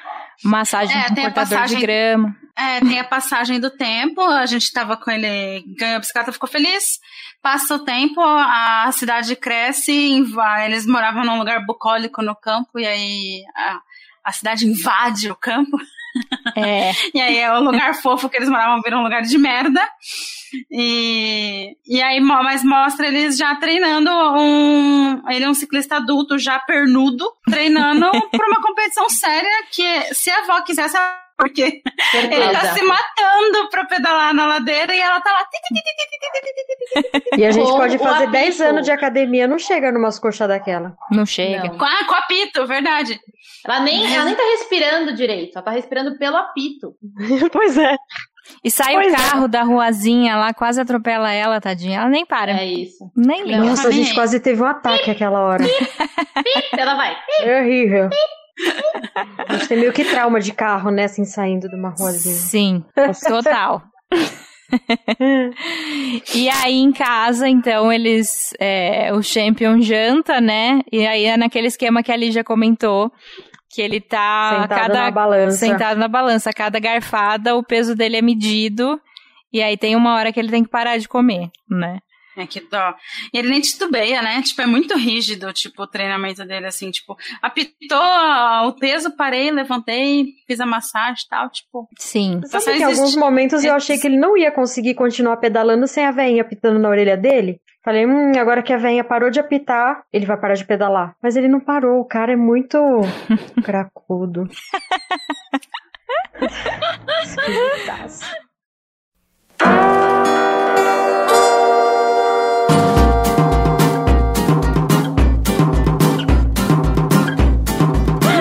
Speaker 2: massagem
Speaker 6: É,
Speaker 2: com
Speaker 6: tem a
Speaker 2: cortador
Speaker 6: passagem-
Speaker 2: de grama.
Speaker 6: É, tem a passagem do tempo, a gente tava com ele, ganhou a bicicleta, ficou feliz. Passa o tempo, a cidade cresce, inva- eles moravam num lugar bucólico no campo, e aí a, a cidade invade o campo, *laughs*
Speaker 2: É,
Speaker 6: e aí é o lugar fofo que eles moravam vira um lugar de merda. E, e aí, mo- mas mostra eles já treinando um. Ele é um ciclista adulto, já pernudo, treinando pra uma competição séria que, se a avó quisesse, Porque ele tá se matando pra pedalar na ladeira e ela tá lá.
Speaker 4: E a gente
Speaker 3: Com
Speaker 4: pode
Speaker 3: o
Speaker 4: fazer
Speaker 3: apito.
Speaker 4: 10 anos de academia, não chega numa coxas daquela.
Speaker 2: Não chega.
Speaker 3: Não.
Speaker 6: Com, a, com apito, verdade.
Speaker 3: Ela nem, ela nem tá respirando direito, ela tá respirando pelo apito.
Speaker 5: pois é.
Speaker 2: E sai
Speaker 5: Pois
Speaker 2: o
Speaker 5: é.
Speaker 2: carro da ruazinha lá, quase atropela ela, tadinha. Ela nem para.
Speaker 3: É isso.
Speaker 2: Nem liga.
Speaker 6: Não.
Speaker 4: Nossa, a gente
Speaker 6: Sim.
Speaker 4: quase teve um ataque aquela hora.
Speaker 3: Ela vai.
Speaker 4: É horrível. A gente tem meio que trauma de carro, né? Assim, saindo de uma ruazinha.
Speaker 2: Sim, total. e aí em casa, então, eles. é, o Champion janta, né? E aí é naquele esquema que a Lígia comentou. Que ele tá.
Speaker 4: Sentado
Speaker 2: cada,
Speaker 4: na balança.
Speaker 2: Sentado na balança. Cada garfada, o peso dele é medido. E aí tem uma hora que ele tem que parar de comer, né?
Speaker 6: É que dó. E ele nem titubeia, né? Tipo, é muito rígido, tipo, o treinamento dele, assim, tipo, apitou ó, o peso, parei, levantei, fiz a massagem e tal, tipo.
Speaker 2: Sim.
Speaker 6: Só
Speaker 4: Sabe que em
Speaker 6: existe-
Speaker 4: alguns momentos eu achei que ele não ia conseguir continuar pedalando sem a veinha apitando na orelha dele. Falei, hum, agora que a veinha parou de apitar, ele vai parar de pedalar. Mas ele não parou, o cara é muito cracudo. Esquisitaço.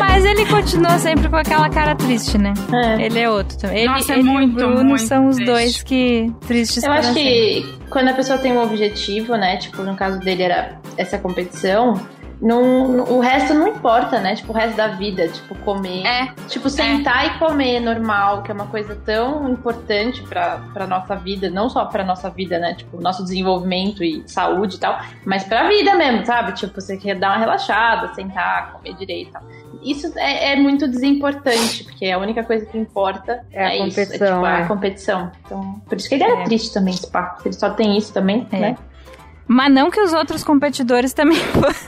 Speaker 2: Mas ele continua sempre com aquela cara triste, né? Ele é outro também. Ele,
Speaker 6: Nossa, é
Speaker 2: ele e o
Speaker 6: muito,
Speaker 2: Bruno
Speaker 6: muito
Speaker 2: são os
Speaker 6: triste.
Speaker 2: dois que tristes
Speaker 3: Eu
Speaker 2: para
Speaker 3: acho
Speaker 2: sempre.
Speaker 3: que quando a pessoa tem um objetivo, né? Tipo, no caso dele era essa competição. Não, não- o resto não importa, né? Tipo, o resto da vida, tipo, comer.
Speaker 6: É,
Speaker 3: Tipo, sentar e comer normal, que é uma coisa tão importante pra, pra nossa vida, não só pra nossa vida, né? Tipo, nosso desenvolvimento e saúde e tal, mas pra vida mesmo, sabe? Tipo, você quer dar uma relaxada, sentar, comer direito. e tal. Isso é, é muito desimportante, porque é a única coisa que importa
Speaker 4: É a
Speaker 3: é, isso, é tipo,
Speaker 4: competição, é.
Speaker 3: a competição. Então, por isso que ele era
Speaker 2: É.
Speaker 3: triste também, esse papo. Ele só tem isso também,
Speaker 2: É.
Speaker 3: né?
Speaker 2: Mas não que os outros competidores também.
Speaker 3: Pois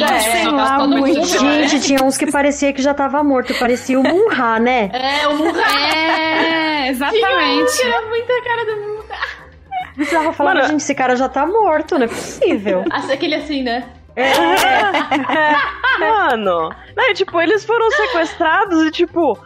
Speaker 3: é,
Speaker 2: sei
Speaker 3: só
Speaker 2: lá,
Speaker 3: todo
Speaker 2: muito.
Speaker 3: mundo, né?
Speaker 2: *laughs*
Speaker 4: Gente, tinha uns que parecia que já tava morto, parecia o Munha, né?
Speaker 2: *laughs*
Speaker 3: É, o mundo
Speaker 6: é, exatamente.
Speaker 3: era muita cara do mundo.
Speaker 4: Eu tava falando,
Speaker 5: Mano-
Speaker 4: gente, esse cara já tá morto, não é possível.
Speaker 3: Aquele assim, né?
Speaker 5: Mano, né, tipo, eles foram sequestrados e, tipo,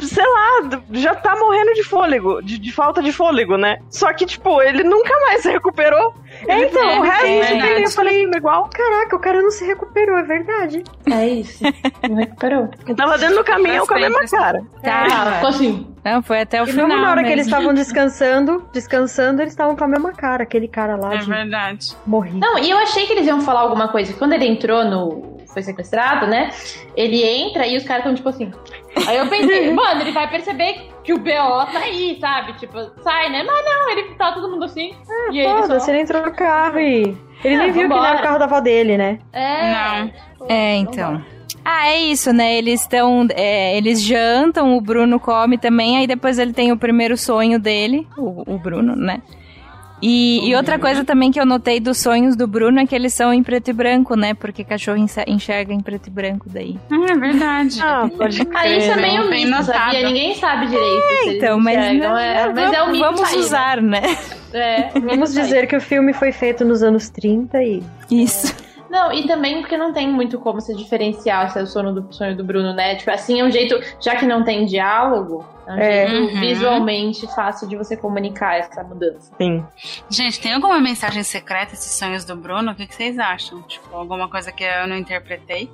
Speaker 5: sei lá, já tá morrendo de fôlego, de, de falta de fôlego, né? Só que, tipo, ele nunca mais se recuperou. Então,
Speaker 6: É,
Speaker 5: o resto
Speaker 6: é
Speaker 5: dele, eu
Speaker 6: verdade.
Speaker 5: falei, igual.
Speaker 4: Caraca, o cara não se recuperou, é verdade.
Speaker 3: É isso. Não recuperou.
Speaker 5: Tava dentro do caminhão com a mesma cara.
Speaker 2: Tá.
Speaker 3: Ficou assim.
Speaker 2: Não, foi até o
Speaker 4: E
Speaker 2: final.
Speaker 4: mesmo na hora que
Speaker 2: mesmo.
Speaker 4: eles estavam descansando, descansando, eles estavam com a mesma cara, aquele cara lá
Speaker 6: É
Speaker 4: de
Speaker 6: verdade.
Speaker 4: morrer.
Speaker 3: Não, e eu achei que eles iam falar alguma coisa. Quando ele entrou no. Foi sequestrado, né? Ele entra e os caras estão tipo assim. Aí eu pensei, mano, ele vai perceber que o BO tá aí, sabe? Tipo, sai, né? Mas não, ele tá todo mundo assim. e aí ele
Speaker 4: Foda-se,
Speaker 3: só.
Speaker 4: ele entrou no carro e. Ele
Speaker 3: Ah,
Speaker 4: nem viu que não
Speaker 3: vambora.
Speaker 4: era o carro da avó dele, né?
Speaker 3: É.
Speaker 6: Não.
Speaker 3: Tipo,
Speaker 2: É, então. Ah, é isso, né? Eles estão. é, eles jantam, o Bruno come também, aí depois ele tem o primeiro sonho dele, o, o Bruno, né? E, e outra coisa também que eu notei dos sonhos do Bruno é que eles são em preto e branco, né? Porque cachorro ense- enxerga em preto e branco daí.
Speaker 6: Hum, É verdade.
Speaker 5: Ah, pode
Speaker 3: vamos lá. Aí isso é meio
Speaker 6: Bem
Speaker 3: misto,
Speaker 6: notado.
Speaker 3: sabia? Ninguém sabe direito. se eles
Speaker 2: Então, mas.
Speaker 3: enxergam,
Speaker 2: não-
Speaker 3: é,
Speaker 2: não,
Speaker 3: mas é o mito
Speaker 2: vamos
Speaker 3: sair, né?
Speaker 2: usar, né?
Speaker 3: É, o mito
Speaker 4: Vamos
Speaker 3: tá aí.
Speaker 4: dizer que o filme foi feito nos anos 30 e.
Speaker 3: É.
Speaker 2: Isso.
Speaker 3: Não, e também porque não tem muito como se diferenciar se é o sono do sonho do Bruno, né? Tipo, assim é um jeito, já que não tem diálogo, é um
Speaker 4: É.
Speaker 3: jeito
Speaker 6: Uhum.
Speaker 3: visualmente fácil de você comunicar essa mudança.
Speaker 5: sim.
Speaker 6: Gente, tem alguma mensagem secreta esses sonhos do Bruno? O que, que vocês acham? Tipo, alguma coisa que eu não interpretei?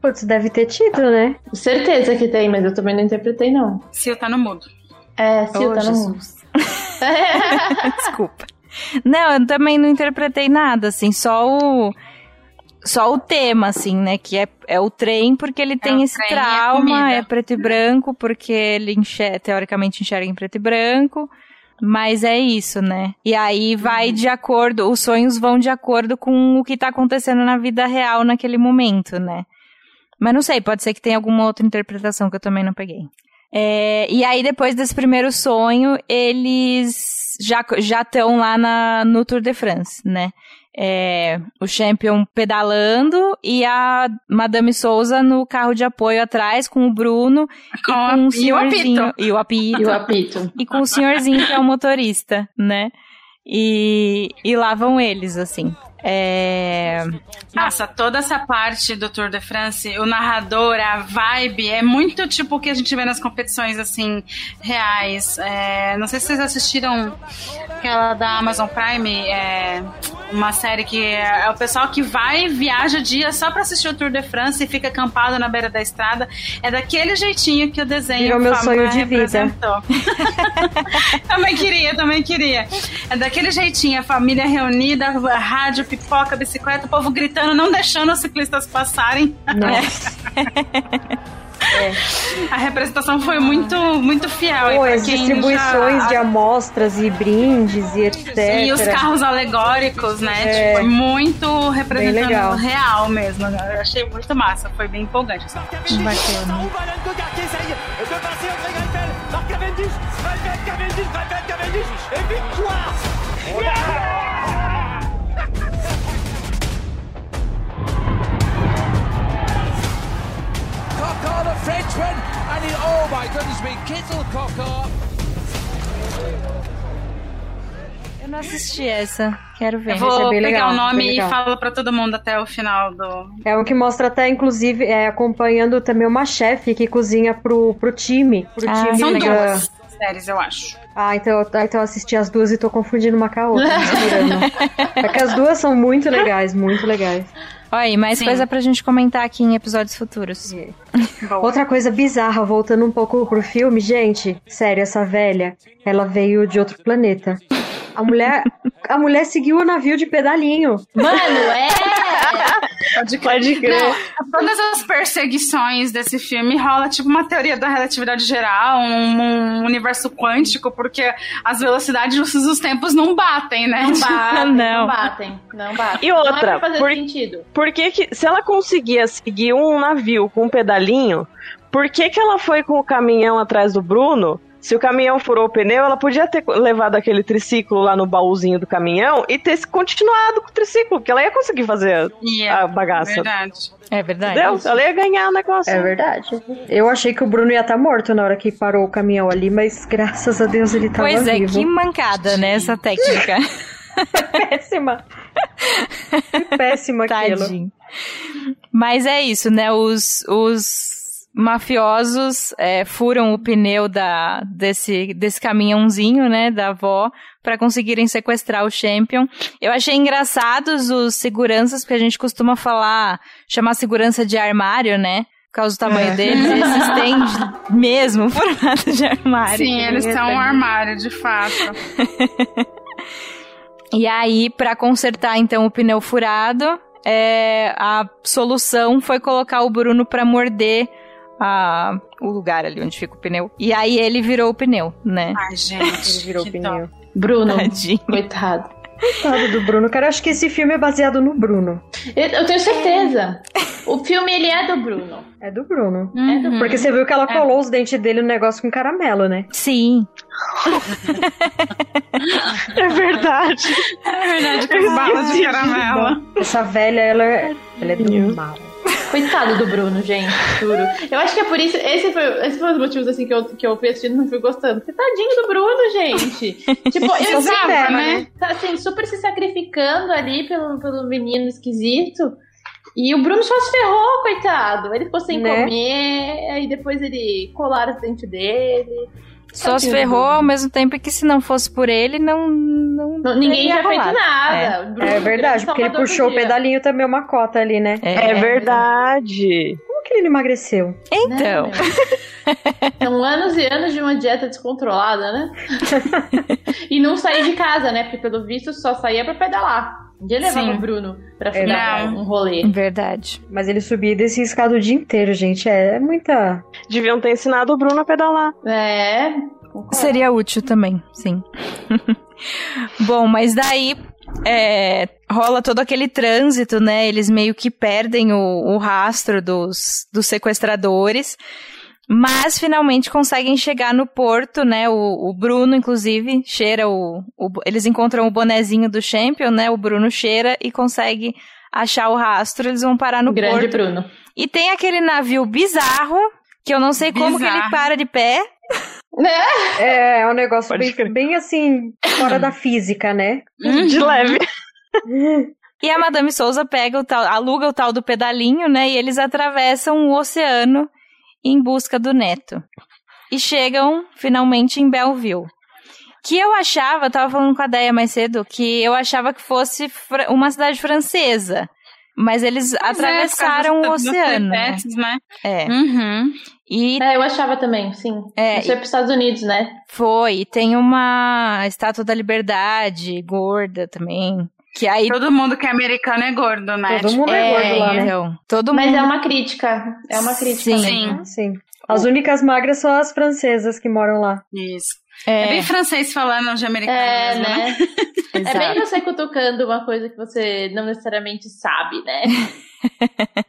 Speaker 4: Putz, deve ter tido, né?
Speaker 3: Certeza que tem, mas eu também não interpretei, não.
Speaker 6: Sil tá no mudo.
Speaker 3: É, Sil, tá no mundo.
Speaker 2: Desculpa. Não, eu também não interpretei nada, assim, só o. Só o tema, assim, né? Que é, é o trem, porque ele tem
Speaker 6: o
Speaker 2: esse
Speaker 6: trem e a
Speaker 2: trauma,
Speaker 6: comida.
Speaker 2: é preto e branco, porque ele enxerga, teoricamente enxerga em preto e branco. Mas é isso, né? E aí vai
Speaker 6: Uhum.
Speaker 2: de acordo, os sonhos vão de acordo com o que tá acontecendo na vida real naquele momento, né? Mas não sei, pode ser que tenha alguma outra interpretação que eu também não peguei. É, e aí, depois desse primeiro sonho, eles já estão lá na, no Tour de France, né? É, o Champion pedalando e a Madame Souza no carro de apoio atrás com o Bruno
Speaker 6: Com
Speaker 2: e
Speaker 6: a-
Speaker 2: com o
Speaker 6: e o apito.
Speaker 2: senhorzinho. E o apito.
Speaker 3: *laughs* E o apito.
Speaker 2: E com o senhorzinho que é o motorista, né? E, e lá vão eles, assim. É...
Speaker 6: Nossa, toda essa parte do Tour de France, o narrador, a vibe, é muito tipo o que a gente vê nas competições, assim, reais. É, não sei se vocês assistiram aquela da Amazon Prime, é, uma série que é, é o pessoal que vai e viaja dia só pra assistir o Tour de France e fica acampado na beira da estrada. É daquele jeitinho que o desenho
Speaker 4: Virou meu
Speaker 6: Fama
Speaker 4: sonho de vida.
Speaker 6: representou. *laughs* também queria, também queria. É daquele jeitinho, a família reunida, a rádio, pipoca, bicicleta, o povo gritando, não deixando os ciclistas passarem.
Speaker 4: Nossa.
Speaker 6: A representação foi muito, muito fiel. E
Speaker 4: Pô,
Speaker 6: pra
Speaker 4: as
Speaker 6: quem
Speaker 4: distribuições
Speaker 6: já-
Speaker 4: de amostras e brindes e etc.
Speaker 6: E os carros alegóricos, né?
Speaker 4: É.
Speaker 6: Tipo, muito representando
Speaker 4: legal.
Speaker 6: o real mesmo. Eu achei muito massa, foi bem empolgante assim. essa parte.
Speaker 2: Bacana. Eu não assisti essa. Quero ver.
Speaker 6: Eu vou
Speaker 4: é bem
Speaker 6: pegar
Speaker 4: legal,
Speaker 6: o
Speaker 4: bem
Speaker 6: nome e
Speaker 4: legal.
Speaker 6: falo pra todo mundo até o final do.
Speaker 4: É o que mostra até, inclusive, é, acompanhando também uma chefe que cozinha pro, pro time. Pro
Speaker 2: Ah,
Speaker 4: time
Speaker 6: São
Speaker 4: da-
Speaker 6: duas séries, eu acho.
Speaker 4: Ah, então, eu- ah, então eu assisti as duas e tô confundindo uma com a outra. misturando. é que as duas são muito legais, muito legais.
Speaker 2: Olha aí, mais
Speaker 6: Sim.
Speaker 2: coisa pra gente comentar aqui em episódios futuros.
Speaker 4: Outra coisa bizarra, voltando um pouco pro filme, gente, sério, essa velha, ela veio de outro planeta. A mulher, a mulher seguiu o navio de pedalinho.
Speaker 3: Mano, é!
Speaker 5: Pode crer.
Speaker 6: Todas as perseguições desse filme rola tipo uma teoria da relatividade geral, um, um universo quântico, porque as velocidades dos dos tempos não batem, né?
Speaker 3: Não batem, Ah, *laughs* não.
Speaker 2: Não.
Speaker 3: batem, não batem.
Speaker 5: E
Speaker 3: não é pra
Speaker 5: outra,
Speaker 3: fazer
Speaker 5: por-
Speaker 3: sentido.
Speaker 5: por que que- se ela conseguia seguir um navio com um pedalinho, por que que ela foi com o caminhão atrás do Bruno? Se o caminhão furou o pneu, ela podia ter levado aquele triciclo lá no baúzinho do caminhão e ter continuado com o triciclo, porque ela ia conseguir fazer
Speaker 6: E
Speaker 5: a
Speaker 4: Ah,
Speaker 6: é
Speaker 5: bagaça.
Speaker 6: verdade.
Speaker 2: É verdade.
Speaker 5: Entendeu? Ela ia ganhar o negócio.
Speaker 4: É verdade. Eu achei que o Bruno ia estar morto na hora que parou o caminhão ali, mas graças a Deus ele tava
Speaker 2: Pois é,
Speaker 4: vivo.
Speaker 2: que mancada, né, essa técnica.
Speaker 4: *laughs*
Speaker 2: *laughs*
Speaker 4: péssima. Que péssimo aquilo.
Speaker 2: Tadinho. Mas é isso, né? Os, os mafiosos é, furam o pneu da, desse, desse caminhãozinho, né? Da avó, para conseguirem sequestrar o Champion. Eu achei engraçados os seguranças, porque a gente costuma falar, chamar segurança de armário, né? Por causa do tamanho
Speaker 6: É.
Speaker 2: deles. Esses
Speaker 6: *laughs*
Speaker 2: têm mesmo formato de armário.
Speaker 6: Sim, eles são um armário, de fato.
Speaker 2: E aí, pra consertar então o pneu furado, é, a solução foi colocar o Bruno pra morder a- o lugar ali onde fica o pneu. E aí ele virou o pneu, né?
Speaker 6: Ai, gente.
Speaker 4: Ele virou
Speaker 6: que
Speaker 4: pneu.
Speaker 3: Bruno,
Speaker 2: Tadinho.
Speaker 3: coitado.
Speaker 4: Coitado do Bruno. Cara, eu acho que esse filme é baseado no Bruno.
Speaker 3: Eu, eu tenho certeza. O filme, ele é do Bruno.
Speaker 4: É do Bruno.
Speaker 6: dó. Uhum.
Speaker 4: Porque você viu que ela colou os dentes dele no negócio com caramelo, né?
Speaker 2: Sim.
Speaker 5: É verdade.
Speaker 6: É verdade, com balas de caramelo.
Speaker 4: Essa velha, ela, é- ela é do mal.
Speaker 3: Coitado do Bruno, gente, juro. Eu acho que é por isso. Esse foi, esse foi um dos motivos assim, que, eu, que eu fui assistindo e não fui gostando. Porque tadinho do Bruno,
Speaker 4: *laughs*
Speaker 3: gente. tipo, eu
Speaker 6: Precisava,
Speaker 3: precisava,
Speaker 6: né?
Speaker 3: né? Tá assim, super se sacrificando ali pelo, pelo menino esquisito. E o Bruno só se ferrou, coitado. Ele ficou sem
Speaker 4: Né?
Speaker 3: comer, aí depois ele colaram os dentes dele.
Speaker 2: Só se
Speaker 3: Tadinho do
Speaker 2: ferrou
Speaker 3: Bruno.
Speaker 2: ao mesmo tempo que se não fosse por ele, não.
Speaker 4: Hum,
Speaker 2: não
Speaker 3: Não- ninguém
Speaker 2: teria
Speaker 3: tinha feito
Speaker 2: rolado.
Speaker 3: nada. O Bruno,
Speaker 4: É verdade,
Speaker 3: grande
Speaker 4: porque ele
Speaker 3: salvador do
Speaker 4: puxou o
Speaker 3: dia.
Speaker 4: pedalinho também, uma cota ali, né?
Speaker 2: É,
Speaker 5: É
Speaker 2: é.
Speaker 5: verdade.
Speaker 4: Como que ele não emagreceu?
Speaker 3: Né,
Speaker 2: Então.
Speaker 3: meu? *laughs* São anos e anos de uma dieta descontrolada, né?
Speaker 2: *laughs*
Speaker 3: e não sair de casa, né? Porque pelo visto só saía pra pedalar. Ninguém levava
Speaker 6: Sim.
Speaker 3: o Bruno pra
Speaker 4: É,
Speaker 3: ficar
Speaker 6: não.
Speaker 3: um rolê.
Speaker 2: Verdade.
Speaker 4: Mas ele subia e descia a escada o dia inteiro, gente. É, é muita.
Speaker 5: Deviam ter ensinado o Bruno a pedalar.
Speaker 3: É. concordo.
Speaker 2: Seria útil também, sim. *laughs* Bom, mas daí é, rola todo aquele trânsito, né? Eles meio que perdem o, o rastro dos, dos sequestradores. Mas finalmente conseguem chegar no porto, né? O, o Bruno, inclusive, cheira o, o. Eles encontram o bonezinho do Champion, né? O Bruno cheira e consegue achar o rastro. Eles vão parar no
Speaker 3: Grande
Speaker 2: porto.
Speaker 3: Bruno.
Speaker 2: E tem aquele navio bizarro, que eu não sei como que ele
Speaker 6: Bizarro.
Speaker 2: para de pé.
Speaker 3: Né?
Speaker 4: É, é um negócio
Speaker 5: Pode
Speaker 4: bem,
Speaker 5: crer.
Speaker 6: Uhum.
Speaker 4: bem assim, fora da física, né?
Speaker 5: De leve.
Speaker 2: E a Madame Souza pega o tal, aluga o tal do pedalinho, né? E eles atravessam o oceano em busca do neto. E chegam finalmente em Belleville. Que eu achava, tava falando com a Deia mais cedo, que eu achava que fosse fr- uma cidade francesa. Mas eles
Speaker 6: é,
Speaker 2: atravessaram o oceano. né?
Speaker 6: né?
Speaker 2: É.
Speaker 6: Uhum.
Speaker 2: E
Speaker 3: É, eu achava também, sim.
Speaker 2: É,
Speaker 3: Isso é pros Estados Unidos, né?
Speaker 2: foi. E tem uma estátua da liberdade, gorda também. Que aí.
Speaker 6: Todo mundo que é americano é gordo, né?
Speaker 4: Todo mundo é
Speaker 2: é,
Speaker 4: gordo lá, né?
Speaker 2: então, todo
Speaker 3: Mas
Speaker 2: mundo.
Speaker 3: é uma crítica. É uma
Speaker 2: Sim.
Speaker 3: crítica.
Speaker 6: Sim,
Speaker 4: Sim. Assim, As únicas magras são as francesas que moram lá.
Speaker 6: isso. É.
Speaker 2: é,
Speaker 6: bem francês falando de americano
Speaker 3: É,
Speaker 6: mesmo, né?
Speaker 3: né? É
Speaker 2: exato.
Speaker 3: bem você cutucando uma coisa que você não necessariamente sabe, né?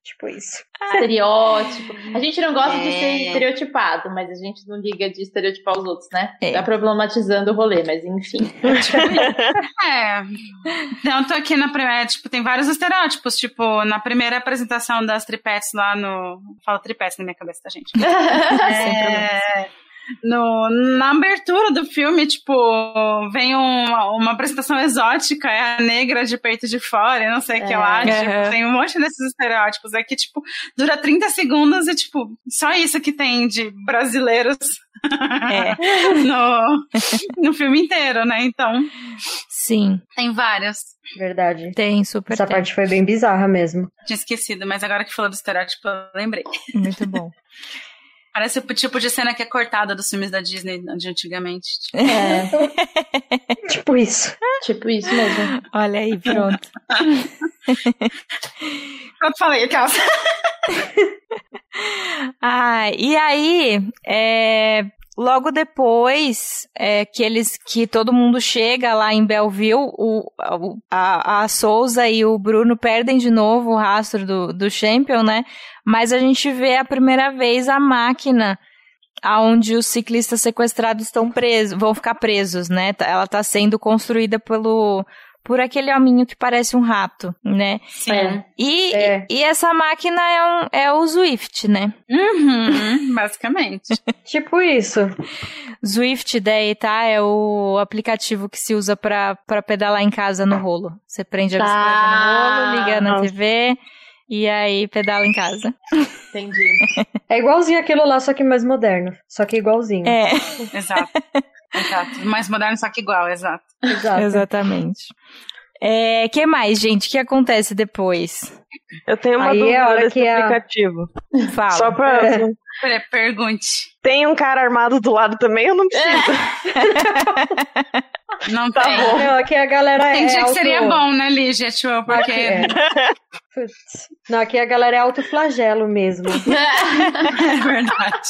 Speaker 4: Tipo isso.
Speaker 3: Estereótipo. A gente não gosta de
Speaker 6: É.
Speaker 3: ser estereotipado, mas a gente não liga de estereotipar os outros, né?
Speaker 2: É.
Speaker 3: Tá problematizando o rolê, mas enfim.
Speaker 6: É. Então, tô aqui na primeira. Tipo, tem vários estereótipos. Tipo, na primeira apresentação das tripetes lá no. Fala tripetes na minha cabeça, tá,
Speaker 2: *laughs*
Speaker 6: gente? É, no, na abertura do filme, tipo, vem uma, uma apresentação exótica, é a negra de peito de fora, e não sei o que
Speaker 3: É.
Speaker 6: lá. tipo,
Speaker 2: Aham.
Speaker 6: tem um monte desses estereótipos. É que, tipo, dura 30 segundos e, tipo, só isso que tem de brasileiros
Speaker 2: É.
Speaker 6: no, *laughs* no filme inteiro, né? Então,
Speaker 2: Sim,
Speaker 6: tem vários.
Speaker 4: Verdade.
Speaker 2: tem, super.
Speaker 4: Essa
Speaker 2: tem.
Speaker 4: parte foi bem bizarra mesmo.
Speaker 6: Tinha esquecido, mas agora que falou do estereótipo, eu lembrei.
Speaker 2: Muito bom.
Speaker 6: *laughs* Parece o tipo de cena que é cortada dos filmes da Disney de antigamente. Tipo,
Speaker 3: É,
Speaker 4: Tipo isso.
Speaker 3: tipo isso mesmo.
Speaker 2: Olha aí, pronto.
Speaker 6: pronto, falei, aquelas.
Speaker 2: *laughs* Ah, e aí, é, logo depois é, que eles, que todo mundo chega lá em Belleville, o, o- a, a Souza e o Bruno perdem de novo o rastro do, do Champion, né? Mas a gente vê a primeira vez a máquina aonde os ciclistas sequestrados estão presos, vão ficar presos, né? Tá- Ela tá sendo construída pelo por aquele hominho que parece um rato, né?
Speaker 6: Sim.
Speaker 3: É.
Speaker 2: E,
Speaker 4: É.
Speaker 2: e essa máquina é, um- é o Zwift, né?
Speaker 6: Uhum, basicamente.
Speaker 4: Tipo isso.
Speaker 2: Zwift daí, tá? É o aplicativo que se usa pra, pra pedalar em casa no rolo. Você prende a
Speaker 3: Tá.
Speaker 2: bicicleta no rolo, liga na
Speaker 4: Nossa.
Speaker 2: TV e aí pedala em casa.
Speaker 3: Entendi. *laughs*
Speaker 4: É igualzinho aquilo lá, só que mais moderno. Só que igualzinho.
Speaker 2: É,
Speaker 6: Exato. Exato. Mais moderno, só que igual, exato.
Speaker 4: Exato.
Speaker 2: exatamente. É, que mais, gente? O que acontece depois?
Speaker 5: Eu tenho uma
Speaker 4: Aí é
Speaker 5: dúvida
Speaker 4: a hora
Speaker 5: desse
Speaker 4: que a- É.
Speaker 5: aplicativo.
Speaker 2: Fala.
Speaker 5: Só pra. assim,
Speaker 6: Per- Pergunte.
Speaker 5: Tem um cara armado do lado também, eu não preciso.
Speaker 6: Não *laughs*
Speaker 5: Tá
Speaker 6: tem.
Speaker 5: bom.
Speaker 4: Não, aqui a galera
Speaker 6: Tem
Speaker 4: é
Speaker 6: dia que
Speaker 4: auto-
Speaker 6: seria bom, né, Lígia? Tipo, porque.
Speaker 4: Aqui é. Putz. *laughs* Não, aqui a galera é autoflagelo mesmo.
Speaker 6: *laughs* É verdade.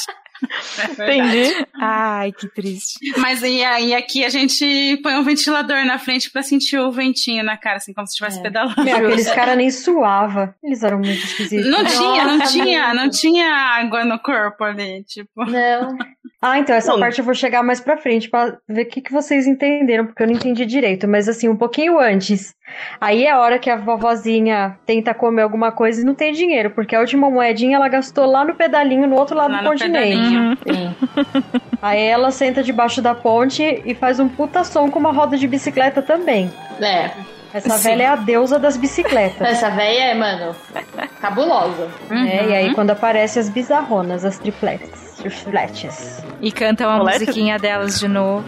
Speaker 6: É verdade.
Speaker 5: Entendi.
Speaker 2: Ai, que triste.
Speaker 6: Mas e aí aqui a gente põe um ventilador na frente pra sentir o ventinho na cara, assim, como se estivesse
Speaker 3: É.
Speaker 6: pedalando.
Speaker 4: Meu, aqueles caras nem suava. Eles eram muito esquisitos.
Speaker 6: Não
Speaker 3: Nossa,
Speaker 6: tinha, não tinha,
Speaker 3: mesmo.
Speaker 6: não tinha água no corpo ali, tipo.
Speaker 3: Não.
Speaker 4: Ah, então essa
Speaker 5: Não.
Speaker 4: parte eu vou chegar mais pra frente pra ver o que, que vocês entenderam, porque eu não entendi direito, mas assim, um pouquinho antes. Aí é a hora que a vovozinha tenta comer alguma coisa e não tem dinheiro, porque a última moedinha ela gastou lá no pedalinho, no outro lado
Speaker 6: Lá
Speaker 4: do
Speaker 6: no
Speaker 4: continente.
Speaker 6: pedalinho.
Speaker 2: Uhum.
Speaker 3: Sim.
Speaker 4: Aí ela senta debaixo da ponte e faz um puta som com uma roda de bicicleta também.
Speaker 3: É.
Speaker 4: Essa
Speaker 2: Sim.
Speaker 4: velha é a deusa
Speaker 3: *laughs*
Speaker 4: das bicicletas.
Speaker 3: Essa véia é, mano, cabulosa.
Speaker 4: né? E aí
Speaker 6: Uhum.
Speaker 4: quando aparecem as bizarronas, as tripletes, tripletes.
Speaker 2: E canta uma
Speaker 5: Coleta?
Speaker 2: musiquinha delas de novo.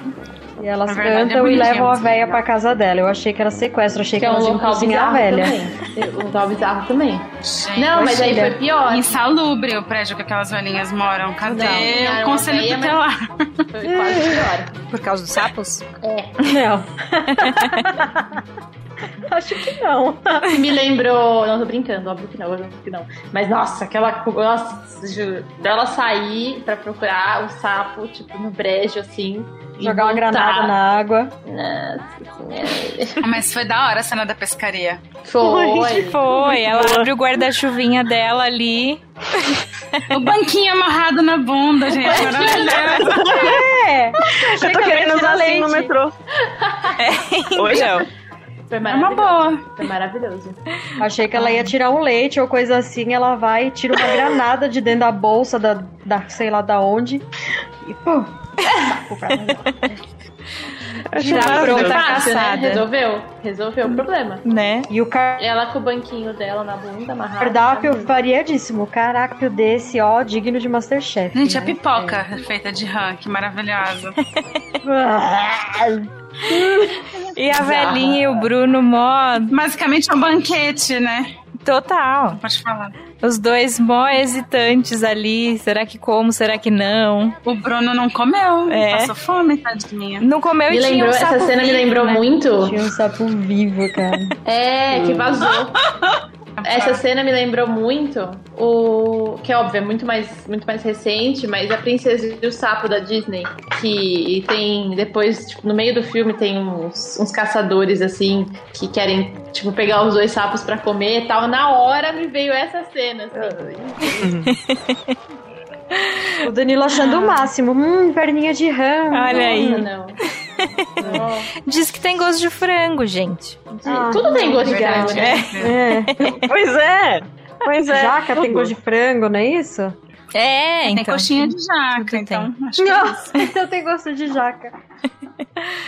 Speaker 4: E elas
Speaker 6: Na verdade, é
Speaker 4: cantam e
Speaker 6: bonitinha
Speaker 4: levam
Speaker 6: a
Speaker 4: a
Speaker 6: música.
Speaker 4: véia pra casa dela. Eu achei que era sequestro, achei
Speaker 3: Que
Speaker 4: que,
Speaker 3: é um
Speaker 4: elas iam
Speaker 3: local
Speaker 4: cozinhar a
Speaker 3: bizarro
Speaker 4: velha.
Speaker 3: também. Um local bizarro também.
Speaker 6: Gente,
Speaker 3: Não, mas aí
Speaker 4: Imagina.
Speaker 3: foi pior.
Speaker 6: Insalubre o prédio que aquelas velhinhas moram. Cadê
Speaker 3: Não,
Speaker 6: o
Speaker 3: era uma
Speaker 6: conselho
Speaker 3: veia,
Speaker 6: tutelar?
Speaker 3: Foi quase pior.
Speaker 2: Por causa dos sapos?
Speaker 4: *laughs*
Speaker 3: *laughs*
Speaker 4: Não. Acho que não.
Speaker 3: *laughs* Me lembrou. Não, tô brincando, óbvio que não, óbvio que não. Mas nossa, aquela. co- Nossa, juro. Dela sair pra procurar o sapo, tipo, no brejo, assim. e
Speaker 4: Jogar uma
Speaker 3: voltar.
Speaker 4: granada
Speaker 3: *laughs*
Speaker 4: na água.
Speaker 3: Nossa senhora.
Speaker 6: Ah, Mas foi da hora a cena da pescaria.
Speaker 3: Foi.
Speaker 2: Foi, ela abre o guarda-chuvinha dela ali.
Speaker 6: O banquinho amarrado na bunda, *laughs* gente. Maravilhoso.
Speaker 4: É.
Speaker 5: Eu tô querendo usar assim
Speaker 4: um
Speaker 5: no metrô. Hoje
Speaker 2: Então,
Speaker 3: Foi
Speaker 6: É uma
Speaker 3: maravilhoso.
Speaker 6: boa.
Speaker 3: Foi maravilhoso.
Speaker 4: Achei que ela ia tirar um leite ou coisa assim. Ela vai e tira uma granada de dentro da bolsa, da,
Speaker 3: Tá,
Speaker 4: da sei lá da onde. E pô. saco pra ela.
Speaker 5: Achei
Speaker 2: Girar
Speaker 5: maravilhoso.
Speaker 2: Tá pronta
Speaker 3: Fácil, né?
Speaker 2: caçada.
Speaker 3: Resolveu. Resolveu o problema.
Speaker 2: Né?
Speaker 4: E o car-
Speaker 3: Ela com o banquinho dela na bunda, amarrada. Tá
Speaker 4: cardápio variadíssimo. Cardápio desse, ó, digno de Masterchef.
Speaker 6: Gente,
Speaker 3: é
Speaker 6: a
Speaker 4: né?
Speaker 6: pipoca feita de rã, que maravilhosa.
Speaker 2: E a velhinha e o Bruno, mó.
Speaker 6: Basicamente é um banquete, né?
Speaker 2: Total.
Speaker 6: Pode falar.
Speaker 2: Os dois mó hesitantes ali. Será que como? Será que não?
Speaker 6: O Bruno não comeu,
Speaker 2: É.
Speaker 6: passou fome, tadinha.
Speaker 2: Não comeu
Speaker 3: Me
Speaker 2: e tinha um
Speaker 3: lembrou, essa
Speaker 2: sapo
Speaker 3: cena me
Speaker 2: vivo,
Speaker 3: lembrou
Speaker 2: né?
Speaker 3: muito.
Speaker 4: Tinha um sapo vivo, cara.
Speaker 3: É, que vazou. Essa cena me lembrou muito o. Que é óbvio, é muito mais, muito mais recente, mas a Princesa e o Sapo da Disney. Que tem. Depois, tipo, no meio do filme tem uns, uns caçadores assim que querem, tipo, pegar os dois sapos pra comer e tal. Na hora me veio essa cena, assim.
Speaker 4: O Danilo achando o máximo. Hum, perninha de rã.
Speaker 2: Olha aí.
Speaker 3: Nossa, não. Nossa.
Speaker 2: Diz que tem gosto de frango, gente.
Speaker 4: Ah,
Speaker 3: Tudo tem gosto de
Speaker 6: É Verdade,
Speaker 3: água, né?
Speaker 6: né?
Speaker 4: É.
Speaker 5: Pois é. Pois é.
Speaker 4: Jaca tem
Speaker 5: tudo.
Speaker 4: gosto de frango, não é isso?
Speaker 2: É,
Speaker 6: Tem
Speaker 2: então.
Speaker 6: coxinha de
Speaker 2: tudo
Speaker 6: jaca,
Speaker 2: tem.
Speaker 6: então. Acho que é isso.
Speaker 4: Nossa, *laughs* então tem gosto de jaca.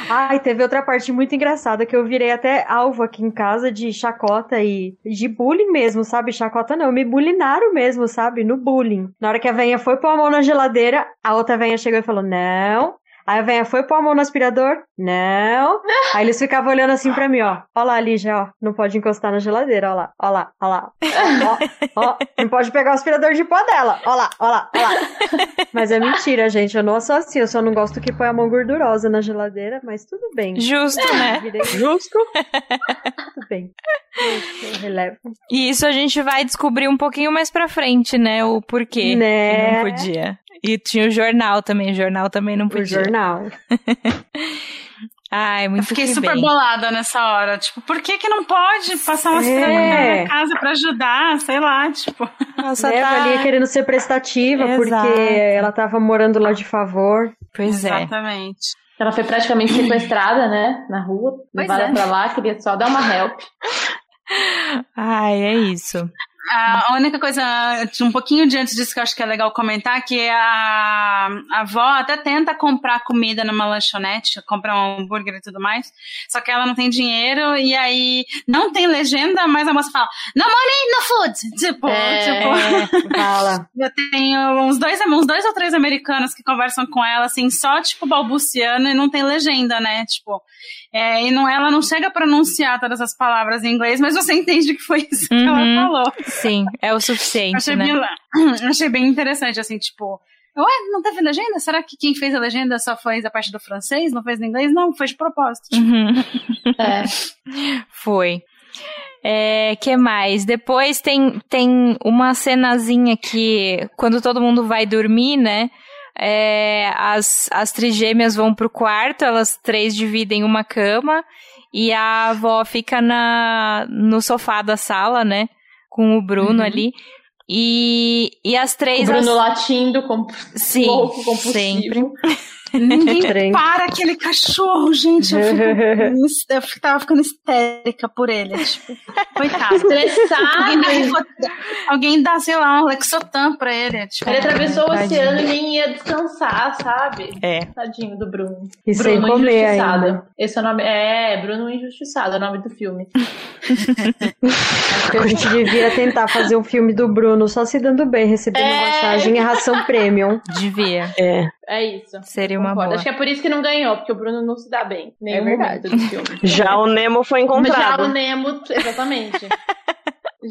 Speaker 4: Ai, teve outra parte muito engraçada que eu virei até alvo aqui em casa de chacota e de bullying mesmo, sabe? Chacota não, me bulinaram mesmo, sabe? No bullying. Na hora que a venha foi pôr a mão na geladeira, a outra venha chegou e falou: Não. Aí a venha foi pôr a mão no aspirador? Não. Aí eles ficavam olhando assim pra mim, ó. Ó lá, Lígia, ó. Não pode encostar na geladeira, ó lá, ó lá, ó lá. Ó, ó, ó. Não pode pegar o aspirador de pó dela. Ó lá, ó lá, ó lá. Mas é mentira, gente. Eu não sou assim. Eu só não gosto que põe a mão gordurosa na geladeira, mas tudo bem.
Speaker 2: Justo, né?
Speaker 4: Virei
Speaker 5: Justo.
Speaker 4: tudo bem. Eu relevo.
Speaker 2: E isso a gente vai descobrir um pouquinho mais pra frente, né? O porquê que
Speaker 4: Né?
Speaker 2: não podia. E tinha o jornal também. O jornal também não
Speaker 4: O
Speaker 2: podia.
Speaker 4: jornal.
Speaker 2: Ai, muito
Speaker 6: Eu fiquei
Speaker 2: que
Speaker 6: super
Speaker 2: bem.
Speaker 6: bolada nessa hora. Tipo, por que que não pode passar umas
Speaker 4: É.
Speaker 6: trancas na minha casa pra ajudar? Sei lá, tipo.
Speaker 2: Nossa,
Speaker 4: Né?
Speaker 2: tá...
Speaker 4: Ali querendo ser prestativa,
Speaker 2: Exato.
Speaker 4: porque ela tava morando lá de favor.
Speaker 2: Pois é.
Speaker 6: Exatamente.
Speaker 3: Ela foi praticamente sequestrada, né? Na rua.
Speaker 6: Pois
Speaker 3: Levada
Speaker 6: é.
Speaker 3: pra lá, queria só dar uma help.
Speaker 2: Ai, é isso.
Speaker 6: A única coisa, um pouquinho de antes disso que eu acho que é legal comentar, é que a, a avó até tenta comprar comida numa lanchonete, comprar um hambúrguer e tudo mais, só que ela não tem dinheiro e aí não tem legenda, mas a moça fala, no money, no food! Tipo,
Speaker 2: É.
Speaker 6: tipo,
Speaker 4: Fala.
Speaker 6: eu tenho uns dois, uns dois ou três americanos que conversam com ela, assim, só, tipo, balbuciando e não tem legenda, né? Tipo, é, e não, ela não chega a pronunciar todas as palavras em inglês, mas você *laughs* entende que foi isso que
Speaker 2: Uhum.
Speaker 6: ela falou.
Speaker 2: Sim, é o suficiente,
Speaker 6: Achei,
Speaker 2: né?
Speaker 6: bem, *clears throat* achei bem interessante, assim, tipo, ué, não teve legenda? Será que quem fez a legenda só fez a parte do francês, não fez no inglês? Não, foi de propósito. Tipo,
Speaker 2: Uhum,
Speaker 3: É.
Speaker 2: foi. É, que mais? Depois tem, tem uma cenazinha que, quando todo mundo vai dormir, né? é, as, as trigêmeas vão pro quarto, elas três dividem uma cama e a avó fica na, no sofá da sala, né? Com o Bruno ali. E, e as
Speaker 3: Uhum. O
Speaker 2: três.
Speaker 3: Bruno
Speaker 2: as-
Speaker 3: latindo com
Speaker 2: Sim,
Speaker 3: louco, compulsivo.
Speaker 2: sempre. *laughs*
Speaker 6: Ninguém
Speaker 4: Trem.
Speaker 6: para aquele cachorro, gente. Eu, fico, eu fico- tava ficando histérica por ele. Tipo,
Speaker 2: *laughs*
Speaker 6: coitado. Alguém dá,
Speaker 3: Estressado.
Speaker 6: Rivotril- alguém dá, sei lá, um Lexotan pra ele. Tipo,
Speaker 2: É.
Speaker 3: Ele atravessou o
Speaker 2: Tadinho.
Speaker 3: oceano e nem ia descansar, sabe?
Speaker 2: É.
Speaker 3: Tadinho do Bruno.
Speaker 4: E
Speaker 3: Bruno
Speaker 4: sem comer
Speaker 3: Injustiçado.
Speaker 4: ainda.
Speaker 3: Esse é o nome. É, Bruno Injustiçado, é o nome do filme.
Speaker 4: A gente devia tentar fazer um filme do Bruno só se dando bem, recebendo
Speaker 3: É.
Speaker 4: massagem e ração premium.
Speaker 2: Devia.
Speaker 5: É.
Speaker 3: É isso.
Speaker 2: Seria uma
Speaker 3: Concordo.
Speaker 2: boa. É
Speaker 3: Acho que é por isso que não ganhou, porque o Bruno não se dá bem. em Nenhum
Speaker 4: verdade.
Speaker 3: momento do filme.
Speaker 2: *laughs*
Speaker 5: Já o Nemo foi
Speaker 3: Mas já o
Speaker 5: encontrado.
Speaker 3: Nemo,
Speaker 2: *laughs*
Speaker 3: exatamente.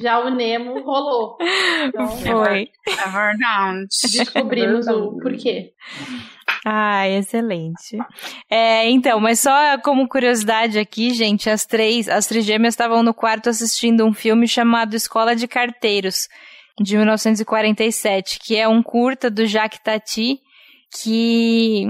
Speaker 3: já o Nemo rolou. Então,
Speaker 2: Foi.
Speaker 6: é verdade.
Speaker 3: descobrimos o porquê.
Speaker 2: Ah, excelente. É, então, mas só como curiosidade aqui, gente, as três, as trigêmeas estavam no quarto assistindo um filme chamado Escola de Carteiros, de 1947, que é um curta do Jacques Tati, que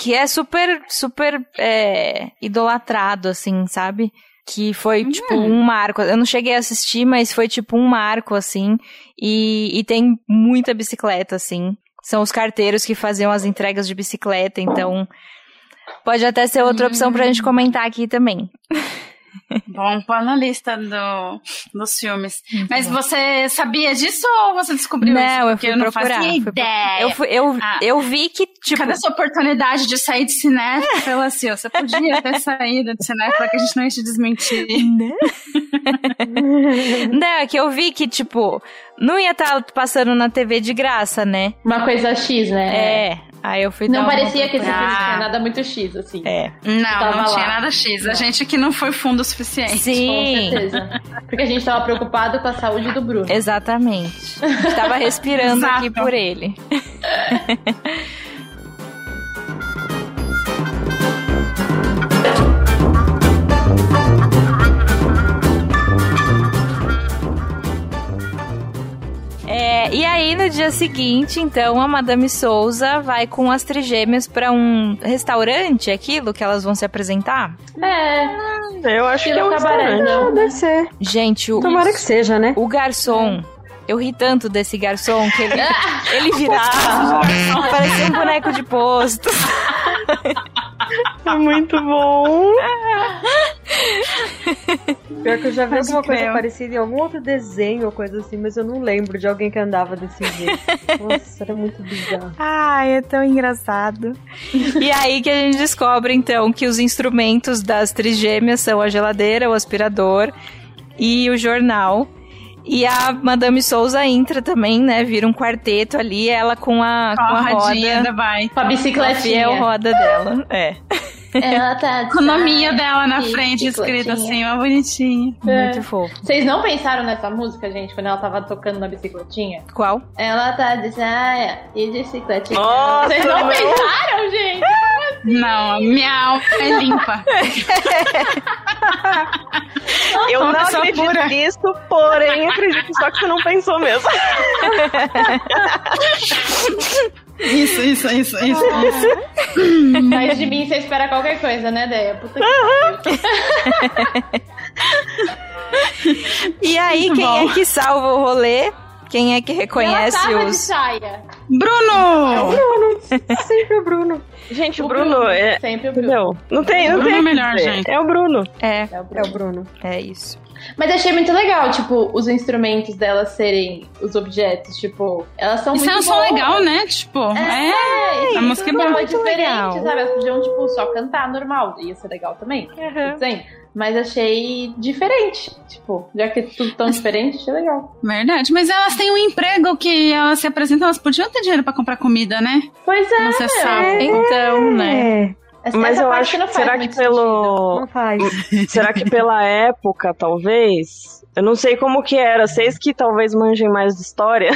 Speaker 2: que é super super é, idolatrado assim, sabe? Que foi tipo um marco. Eu não cheguei a assistir, mas foi tipo um marco assim. E, e tem muita bicicleta assim. São os carteiros que faziam as entregas de bicicleta, então pode até ser outra opção pra gente comentar aqui também.
Speaker 6: Bom, põe na lista do, dos filmes. Mas você sabia disso ou você descobriu
Speaker 2: Não,
Speaker 6: isso?
Speaker 2: eu
Speaker 6: Porque
Speaker 2: fui
Speaker 6: não
Speaker 2: procurar,
Speaker 6: fazia
Speaker 2: fui procurar.
Speaker 6: ideia.
Speaker 2: Eu, fui- eu,
Speaker 6: Ah.
Speaker 2: eu vi que, tipo, É.
Speaker 6: Cadê essa oportunidade de sair de cinéfila, assim, ó, Você podia ter saído de cinéfila que a gente não ia te desmentir.
Speaker 2: Hum, Não, é que eu vi que, tipo, não ia estar passando na TV de graça, né?
Speaker 3: Uma coisa X, né?
Speaker 2: É. Aí eu fui dar
Speaker 3: Não
Speaker 2: uma
Speaker 3: parecia que esse filme
Speaker 2: procurada.
Speaker 3: tinha nada muito X, assim.
Speaker 2: É.
Speaker 6: Não,
Speaker 3: Tava
Speaker 6: não tinha
Speaker 3: lá.
Speaker 6: nada X. A gente que não foi fundo o suficiente.
Speaker 3: Com
Speaker 2: Sim,
Speaker 3: certeza. Porque a gente tava preocupado com a saúde do Bruno.
Speaker 2: exatamente. A gente tava respirando
Speaker 6: Exato.
Speaker 2: aqui por ele. É, e aí, no dia seguinte, então, a Madame Souza vai com as trigêmeas pra um restaurante, aquilo que elas vão se apresentar?
Speaker 3: É,
Speaker 5: Eu acho que é um
Speaker 3: estilo cabaré,
Speaker 5: restaurante.
Speaker 3: não.
Speaker 4: Ah, Deve ser.
Speaker 2: Gente, o,
Speaker 4: Tomara que seja, né?
Speaker 2: o garçom. Eu ri tanto desse garçom que ele, ele *laughs* virava. parecia um boneco de posto.
Speaker 5: É muito bom.
Speaker 4: Pior é que eu já vi
Speaker 6: Pode
Speaker 4: alguma coisa
Speaker 6: crer.
Speaker 4: parecida em algum outro desenho ou coisa assim, mas eu não lembro de alguém que andava desse jeito. Nossa, era muito bizarro.
Speaker 2: Ai, é tão engraçado. E aí que a gente descobre, então, que os instrumentos das trigêmeas são a geladeira, o aspirador e o jornal. E a Madame Souza entra também, né? Vira um quarteto ali, ela com a,
Speaker 6: Com a
Speaker 2: roda.
Speaker 6: rodinha da bike.
Speaker 3: com a
Speaker 2: A fiel
Speaker 3: bicicletinha.
Speaker 2: roda dela. *laughs* É.
Speaker 3: Ela tá.
Speaker 6: *laughs* Com o nominho dela na
Speaker 3: Sim,
Speaker 6: frente escrito
Speaker 3: bicicletinha. É.
Speaker 6: assim, uma bonitinha.
Speaker 2: Muito fofo.
Speaker 3: Vocês não pensaram nessa música, gente, quando ela tava tocando na bicicletinha?
Speaker 2: Qual?
Speaker 3: Ela tá de saia e de bicicletinha.
Speaker 5: Nossa,
Speaker 3: Vocês não
Speaker 5: não.
Speaker 3: pensaram, gente?
Speaker 6: Não, a minha alma é *laughs* limpa.
Speaker 5: Eu
Speaker 6: uma
Speaker 5: não
Speaker 6: pessoa
Speaker 5: acredito
Speaker 6: pura.
Speaker 5: nisso, porém, acredito só que você não pensou mesmo.
Speaker 6: É Isso, isso, isso, é isso.
Speaker 3: Mas de mim você espera qualquer coisa, né, Deia? Puta que
Speaker 2: E aí,
Speaker 6: Muito
Speaker 2: quem
Speaker 6: bom.
Speaker 2: é que salva o rolê? Quem é que reconhece
Speaker 3: ela tava de
Speaker 2: os.
Speaker 3: saia.
Speaker 6: Bruno!
Speaker 4: Sempre o Bruno.
Speaker 5: Gente, o Bruno, é.
Speaker 3: Sempre o Bruno.
Speaker 5: Entendeu? Não tem, não
Speaker 6: Bruno é
Speaker 5: tem. o que
Speaker 6: melhor,
Speaker 5: dizer.
Speaker 6: gente.
Speaker 5: É o Bruno.
Speaker 2: É,
Speaker 3: É o Bruno.
Speaker 4: É o Bruno.
Speaker 2: é isso.
Speaker 3: Mas achei muito legal, tipo, os instrumentos dela serem os objetos, tipo, elas são
Speaker 6: Isso é
Speaker 3: muito
Speaker 6: um som
Speaker 3: boas.
Speaker 6: legal, né? Tipo, é.
Speaker 3: É,
Speaker 6: a música é boa.
Speaker 3: muito diferente,
Speaker 2: legal.
Speaker 3: sabe? Elas podiam, tipo, só cantar normal, ia ser legal também. tudo bem. Mas achei diferente, tipo, já que é tudo tão diferente, achei legal.
Speaker 6: Verdade. Mas elas têm um emprego que elas se apresentam, elas podiam ter dinheiro pra comprar comida, né?
Speaker 3: Pois é,
Speaker 6: Você sabe.
Speaker 2: Então, né?
Speaker 4: É,
Speaker 3: essa
Speaker 5: Mas
Speaker 3: essa
Speaker 5: eu
Speaker 3: parte
Speaker 5: acho
Speaker 3: não
Speaker 5: que
Speaker 3: faz
Speaker 5: será que
Speaker 3: muito
Speaker 5: pelo.
Speaker 4: não faz.
Speaker 5: Será que pela época, talvez? Eu não sei como que era, vocês que talvez manjem mais de história.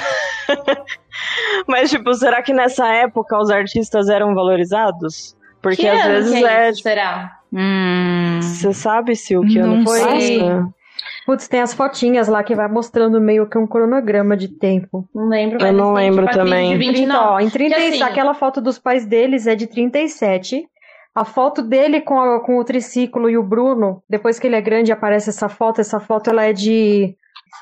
Speaker 5: *laughs* Mas, tipo, será que nessa época os artistas eram valorizados? Porque
Speaker 3: Que
Speaker 5: às
Speaker 3: ano
Speaker 5: vezes
Speaker 3: que é
Speaker 5: é. tipo,
Speaker 3: isso, Será?
Speaker 6: Hum.
Speaker 5: Você sabe, Sil, que
Speaker 2: Não
Speaker 4: um
Speaker 5: ano foi
Speaker 2: sei.
Speaker 5: isso?
Speaker 4: Putz, tem as fotinhas lá que vai mostrando meio que um cronograma de tempo.
Speaker 3: Não lembro. tipo,
Speaker 5: Eu não lembro também.
Speaker 3: De 20,
Speaker 4: 30,
Speaker 3: não.
Speaker 4: ó, em 30,
Speaker 3: Porque assim-
Speaker 4: aquela foto dos pais deles é de 37. A foto dele com, a- com o triciclo e o Bruno, depois que ele é grande aparece essa foto, essa foto ela é de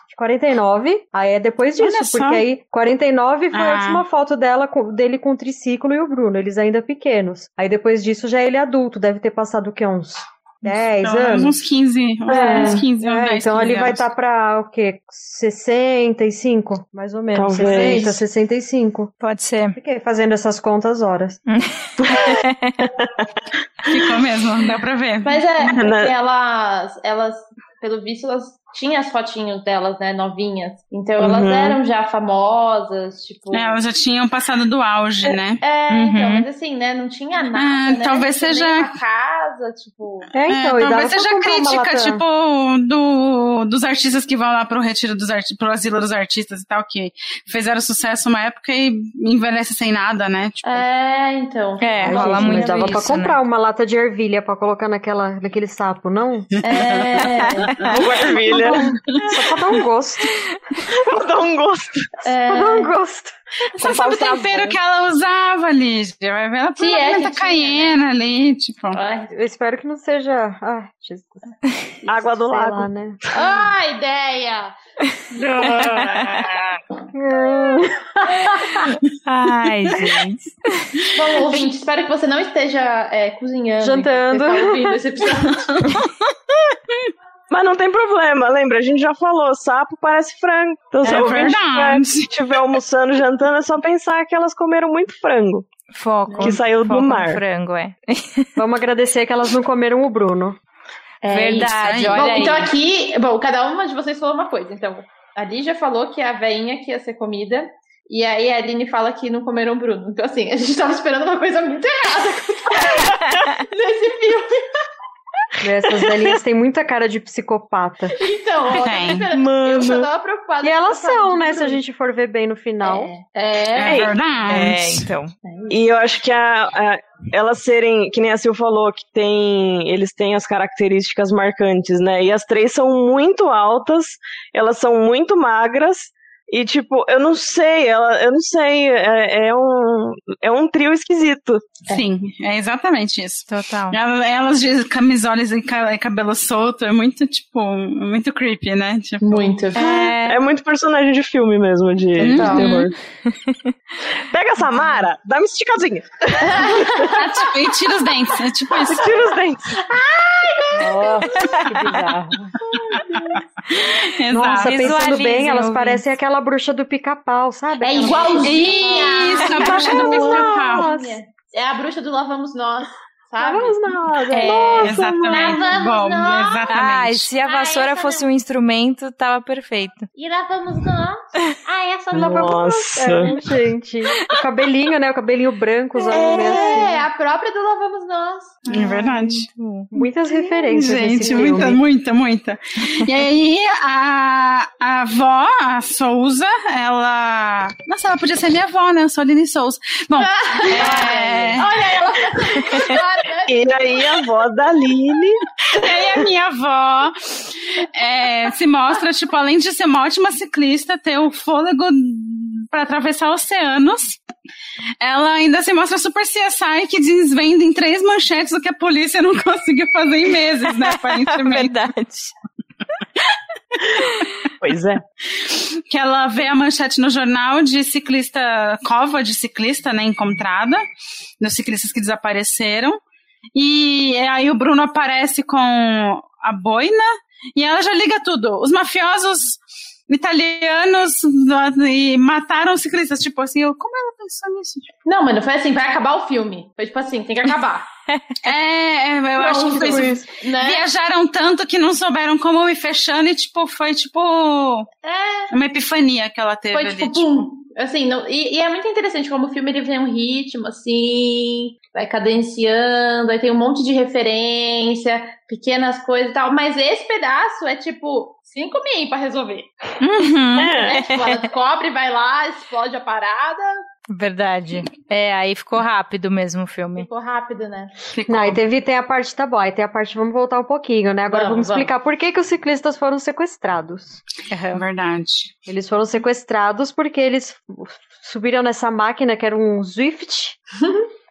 Speaker 4: de 49. Aí é depois
Speaker 6: Olha
Speaker 4: disso,
Speaker 6: só.
Speaker 4: porque aí 49 foi a
Speaker 6: Ah.
Speaker 4: última foto dela com- dele com o triciclo e o Bruno, eles ainda pequenos. Aí depois disso já ele é adulto, deve ter passado o que uns 10
Speaker 6: Pelo menos
Speaker 4: anos.
Speaker 6: Uns 15,
Speaker 4: É,
Speaker 6: uns 15, uns
Speaker 4: É,
Speaker 6: 10,
Speaker 4: então
Speaker 6: 15
Speaker 4: ele vai
Speaker 6: anos.
Speaker 4: estar pra o quê? 65, mais ou menos.
Speaker 5: Talvez.
Speaker 4: 60, 65.
Speaker 2: Pode ser.
Speaker 4: Fiquei fazendo essas contas horas.
Speaker 6: Ficou mesmo, dá pra ver.
Speaker 3: Mas é, porque
Speaker 5: Na-
Speaker 3: elas, elas, pelo visto, elas tinham as fotinhos delas, né, novinhas. Então elas
Speaker 5: Uhum.
Speaker 3: eram já famosas, tipo.
Speaker 6: É, elas já tinham passado do auge, né?
Speaker 3: É, então,
Speaker 2: Uhum.
Speaker 3: mas assim, né, não tinha nada.
Speaker 6: Ah,
Speaker 3: né,
Speaker 6: talvez
Speaker 3: tipo, nem
Speaker 6: seja-
Speaker 3: uma casa, tipo.
Speaker 4: É, então,
Speaker 6: É,
Speaker 4: e dava
Speaker 6: talvez
Speaker 4: pra
Speaker 6: seja
Speaker 4: comprar uma
Speaker 6: crítica,
Speaker 4: lata-
Speaker 6: tipo, do, dos artistas que vão lá pro retiro dos artistas, pro asilo dos artistas e tal, que fizeram sucesso uma época e envelhece sem nada, né? Tipo,
Speaker 3: É, então.
Speaker 2: É,
Speaker 4: Ai,
Speaker 2: rola
Speaker 4: gente,
Speaker 2: muito
Speaker 4: mas dava pra
Speaker 2: isso,
Speaker 4: comprar uma lata de ervilha pra colocar naquela, naquele sapo, não?
Speaker 5: *laughs*
Speaker 3: É,
Speaker 5: Maravilha.
Speaker 3: *laughs*
Speaker 4: Só pra dar um gosto.
Speaker 5: Vou dar um gosto.
Speaker 4: Pra
Speaker 3: é.
Speaker 4: dar um gosto.
Speaker 6: você sabe o
Speaker 3: faltava,
Speaker 6: tempero
Speaker 3: né?
Speaker 6: que ela usava, Lígia. Vai ver ela
Speaker 3: Se
Speaker 6: põe
Speaker 3: é
Speaker 6: pimenta
Speaker 3: que tinha,
Speaker 6: caiena ali, tipo.
Speaker 3: Ai,
Speaker 4: Eu espero que não seja. Ai, Jesus.
Speaker 5: Água do
Speaker 4: Sei
Speaker 5: lago.
Speaker 4: lá, né?
Speaker 3: Ah, ideia!
Speaker 2: Ai, gente.
Speaker 3: Bom, ouvinte, espero que você não esteja é, cozinhando.
Speaker 4: Jantando.
Speaker 3: enquanto Você tá ouvindo esse episódio.
Speaker 5: Mas não tem problema, lembra? A gente já falou, sapo parece frango. Então, se
Speaker 6: É
Speaker 5: alguém
Speaker 6: verdade.
Speaker 5: estiver- estiver almoçando, jantando, é só pensar que elas comeram muito frango.
Speaker 2: Foco.
Speaker 5: Que saiu do
Speaker 2: foco no
Speaker 5: mar.
Speaker 2: frango, é.
Speaker 4: Vamos agradecer que elas não comeram o Bruno.
Speaker 3: É
Speaker 2: Verdade,
Speaker 6: isso aí.
Speaker 2: olha
Speaker 3: Bom,
Speaker 2: aí.
Speaker 3: então aqui, bom, cada uma de vocês falou uma coisa. Então, a Lígia falou que a veinha que ia ser comida, e aí a Aline fala que não comeram o Bruno. Então, assim, a gente tava esperando uma coisa muito *laughs* errada nesse filme.
Speaker 4: Né, Essas velhinhas têm muita cara de psicopata.
Speaker 3: Então, ó, eu tava
Speaker 6: Tem.
Speaker 3: esperando- eu só
Speaker 5: Mano.
Speaker 3: tava preocupada.
Speaker 4: E elas
Speaker 3: com a
Speaker 4: são, né?
Speaker 3: do
Speaker 4: Se a gente for ver bem no final.
Speaker 3: Bruno. É.
Speaker 6: É
Speaker 2: É,
Speaker 6: verdade.
Speaker 2: então.
Speaker 5: E eu acho que a, a- elas serem, que nem a Sil falou, que tem, eles têm as características marcantes, né? E as três são muito altas, elas são muito magras. E, tipo, eu não sei, ela, eu não sei, é, é um, é um trio esquisito.
Speaker 6: Sim, é exatamente isso.
Speaker 2: Total.
Speaker 6: Ela- Elas de camisolas e ca- e cabelo solto é muito, tipo, muito creepy, né? Tipo, *laughs*
Speaker 3: Muito.
Speaker 4: Ah,
Speaker 5: É muito personagem de filme mesmo, de, de
Speaker 6: Total.
Speaker 5: terror. Pega a Samara, dá uma esticadinha,
Speaker 6: é, tipo, e tira os dentes. É tipo isso.
Speaker 5: tira os dentes.
Speaker 4: Nossa, que bizarro.
Speaker 6: Exato.
Speaker 4: Nossa,
Speaker 3: Tá.
Speaker 4: pensando bem,
Speaker 2: Visualizem,
Speaker 4: elas
Speaker 2: ouvintes.
Speaker 4: parecem aquela bruxa do pica-pau, sabe?
Speaker 3: É
Speaker 4: Aquela-
Speaker 3: igualzinha!
Speaker 6: Isso, a bruxa do pica-pau.
Speaker 4: Nossa.
Speaker 3: É a bruxa do Lavamos Nós, sabe?
Speaker 4: Vamos nós.
Speaker 2: É,
Speaker 4: Nossa,
Speaker 6: Exatamente.
Speaker 3: Lavamos
Speaker 6: Bom,
Speaker 3: nós.
Speaker 2: Ai,
Speaker 6: Ah, exatamente.
Speaker 2: se a vassoura
Speaker 3: essa
Speaker 2: fosse um instrumento, tava perfeito.
Speaker 3: E Lavamos
Speaker 4: *laughs*
Speaker 3: Nós. Ah, essa não
Speaker 5: Nossa.
Speaker 4: É, gente. O cabelinho, né? O cabelinho branco, os olhos meio assim.
Speaker 3: É, a própria do Lavamos Nós.
Speaker 6: É verdade.
Speaker 4: Muitas referências.
Speaker 6: Gente,
Speaker 4: nesse
Speaker 6: muita,
Speaker 4: filme.
Speaker 6: muita, muita. E aí, a, a avó, a Souza, ela. Nossa, ela podia ser minha avó, né? Eu sou a Aline Souza. Bom, *laughs* é,
Speaker 5: E aí a avó da Aline.
Speaker 6: E aí a minha avó é, se mostra, tipo, além de ser uma ótima ciclista, ter o fôlego para atravessar oceanos, ela ainda se mostra super CSI que desvenda em três manchetes o que a polícia não *laughs* conseguiu fazer em meses, né? Aparentemente.
Speaker 2: Verdade.
Speaker 5: Pois é.
Speaker 6: que ela vê a manchete no jornal de ciclista, cova de ciclista, né, encontrada, dos ciclistas que desapareceram. E é, aí o Bruno aparece com a boina e ela já liga tudo. Os mafiosos italianos no- e mataram os ciclistas. Tipo assim, eu, como ela pensou nisso?
Speaker 3: *laughs* Não, mano, foi assim, vai acabar o filme. Foi tipo assim, tem que acabar.
Speaker 6: É, é, eu acho que foi isso.
Speaker 3: né?
Speaker 6: Viajaram tanto que não souberam como ir fechando e tipo, foi tipo uma epifania que ela teve
Speaker 3: Foi
Speaker 6: ali.
Speaker 3: tipo, pum. Assim, não- e, e é muito interessante como o filme ele tem um ritmo, assim, vai cadenciando, aí tem um monte de referência, pequenas coisas e tal. Mas esse pedaço é tipo cinco mil pra resolver.
Speaker 6: Uhum.
Speaker 5: É.
Speaker 3: *laughs* Né? Tipo, ela descobre, vai lá, explode a parada.
Speaker 2: Verdade. É, aí ficou rápido mesmo o filme.
Speaker 3: Ficou rápido, né?
Speaker 4: Não, e teve, tem a parte, tá bom, aí tem a parte, vamos voltar um pouquinho, né? Agora
Speaker 3: Vamos,
Speaker 4: vamos, explicar por que, que os ciclistas foram sequestrados.
Speaker 6: É verdade.
Speaker 4: Eles foram sequestrados porque eles subiram nessa máquina que era
Speaker 3: *laughs*
Speaker 4: um Zwift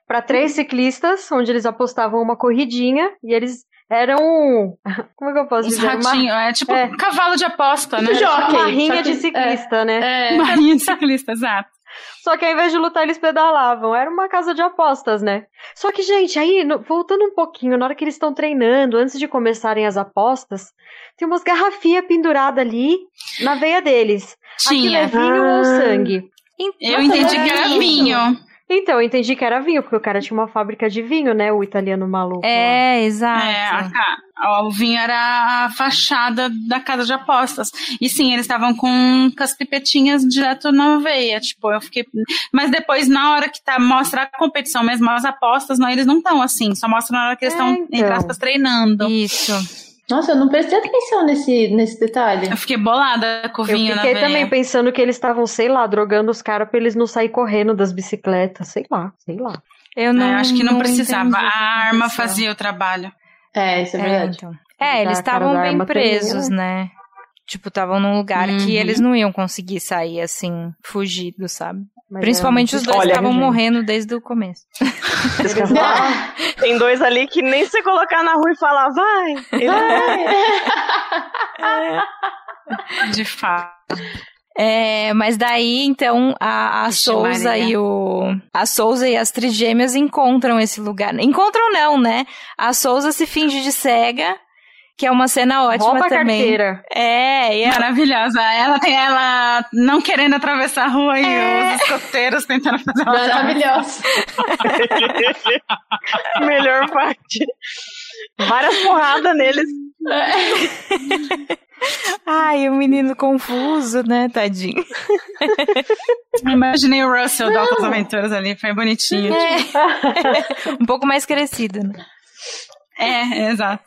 Speaker 4: para três ciclistas, onde eles apostavam uma corridinha e eles eram. *laughs* Como é que eu posso
Speaker 6: Uns
Speaker 4: dizer? Uma,
Speaker 6: ratinhos, é tipo
Speaker 4: é.
Speaker 6: cavalo de aposta, né?
Speaker 3: Tipo jockey,
Speaker 4: uma
Speaker 3: só
Speaker 4: rinha
Speaker 3: que-
Speaker 4: de ciclista, né?
Speaker 3: É,
Speaker 6: Uma linha *laughs* de ciclista, exato.
Speaker 4: Só que ao invés de lutar, eles pedalavam. Era uma casa de apostas, né? Só que, gente, aí, no- voltando um pouquinho, na hora que eles estão treinando, antes de começarem as apostas, tem umas garrafinhas penduradas ali na veia deles.
Speaker 6: Tinha.
Speaker 4: Aquilo é vinho ou sangue?
Speaker 2: Então,
Speaker 6: Eu entendi
Speaker 2: é
Speaker 6: que era vinho.
Speaker 4: Então, eu entendi que era vinho, porque o cara tinha uma fábrica de vinho, né? O italiano maluco. lá.
Speaker 2: É,
Speaker 6: É,
Speaker 4: Ah,
Speaker 6: a
Speaker 2: exato.
Speaker 6: ca- o vinho era a fachada da casa de apostas. E sim, eles estavam com com as pipetinhas direto na veia. Tipo, eu fiquei. Mas depois, na hora que tá, mostra a competição mesmo, as apostas, não, eles não estão assim. Só mostra na hora que eles
Speaker 4: É,
Speaker 6: estão, entre
Speaker 4: então.
Speaker 6: aspas, treinando.
Speaker 2: Isso.
Speaker 3: Nossa, eu não prestei atenção nesse, nesse detalhe.
Speaker 6: Eu fiquei bolada com o
Speaker 4: Eu
Speaker 6: vinho na
Speaker 4: fiquei
Speaker 6: veia.
Speaker 4: também pensando que eles estavam, sei lá, drogando os caras pra eles não sair correndo das bicicletas, sei lá, sei lá.
Speaker 2: Eu
Speaker 6: É,
Speaker 2: não.
Speaker 6: acho que não, precisava.
Speaker 2: entendi o que
Speaker 6: A arma
Speaker 2: aconteceu.
Speaker 6: fazia o trabalho.
Speaker 3: É, isso é
Speaker 2: É, *laughs*
Speaker 3: verdade.
Speaker 2: então. É, eles
Speaker 4: Da cara
Speaker 2: estavam
Speaker 4: da
Speaker 2: bem
Speaker 4: arma teria,
Speaker 2: presos, né? Tipo, estavam num lugar que
Speaker 6: Uhum.
Speaker 2: eles não iam conseguir sair assim, fugido, sabe?
Speaker 4: Mas é
Speaker 2: Principalmente os dois
Speaker 5: Olha,
Speaker 2: estavam
Speaker 4: gente.
Speaker 2: morrendo desde o começo.
Speaker 4: é, eles lá-
Speaker 5: Tem dois ali que nem se colocar na rua e falar, vai.
Speaker 6: De fato.
Speaker 2: É, mas daí, então, a, a
Speaker 6: Vixe,
Speaker 2: Souza
Speaker 6: Maria.
Speaker 2: e o. A Souza e as trigêmeas encontram esse lugar. Encontram não, né? A Souza se finge de cega. que é uma cena ótima
Speaker 4: Rouba a
Speaker 2: também.
Speaker 4: carteira.
Speaker 2: É, e ela
Speaker 6: Maravilhosa. Ela tem ela não querendo atravessar a rua e os escoteiros tentando fazer uma
Speaker 3: Maravilhoso.
Speaker 5: Melhor parte. Várias porradas neles.
Speaker 2: *laughs* Ai, o menino confuso, né, tadinho?
Speaker 6: Eu Imaginei o Russell do Altas Aventuras ali, foi bonitinho.
Speaker 2: *laughs* um pouco mais crescido, né?
Speaker 6: É, é, exato.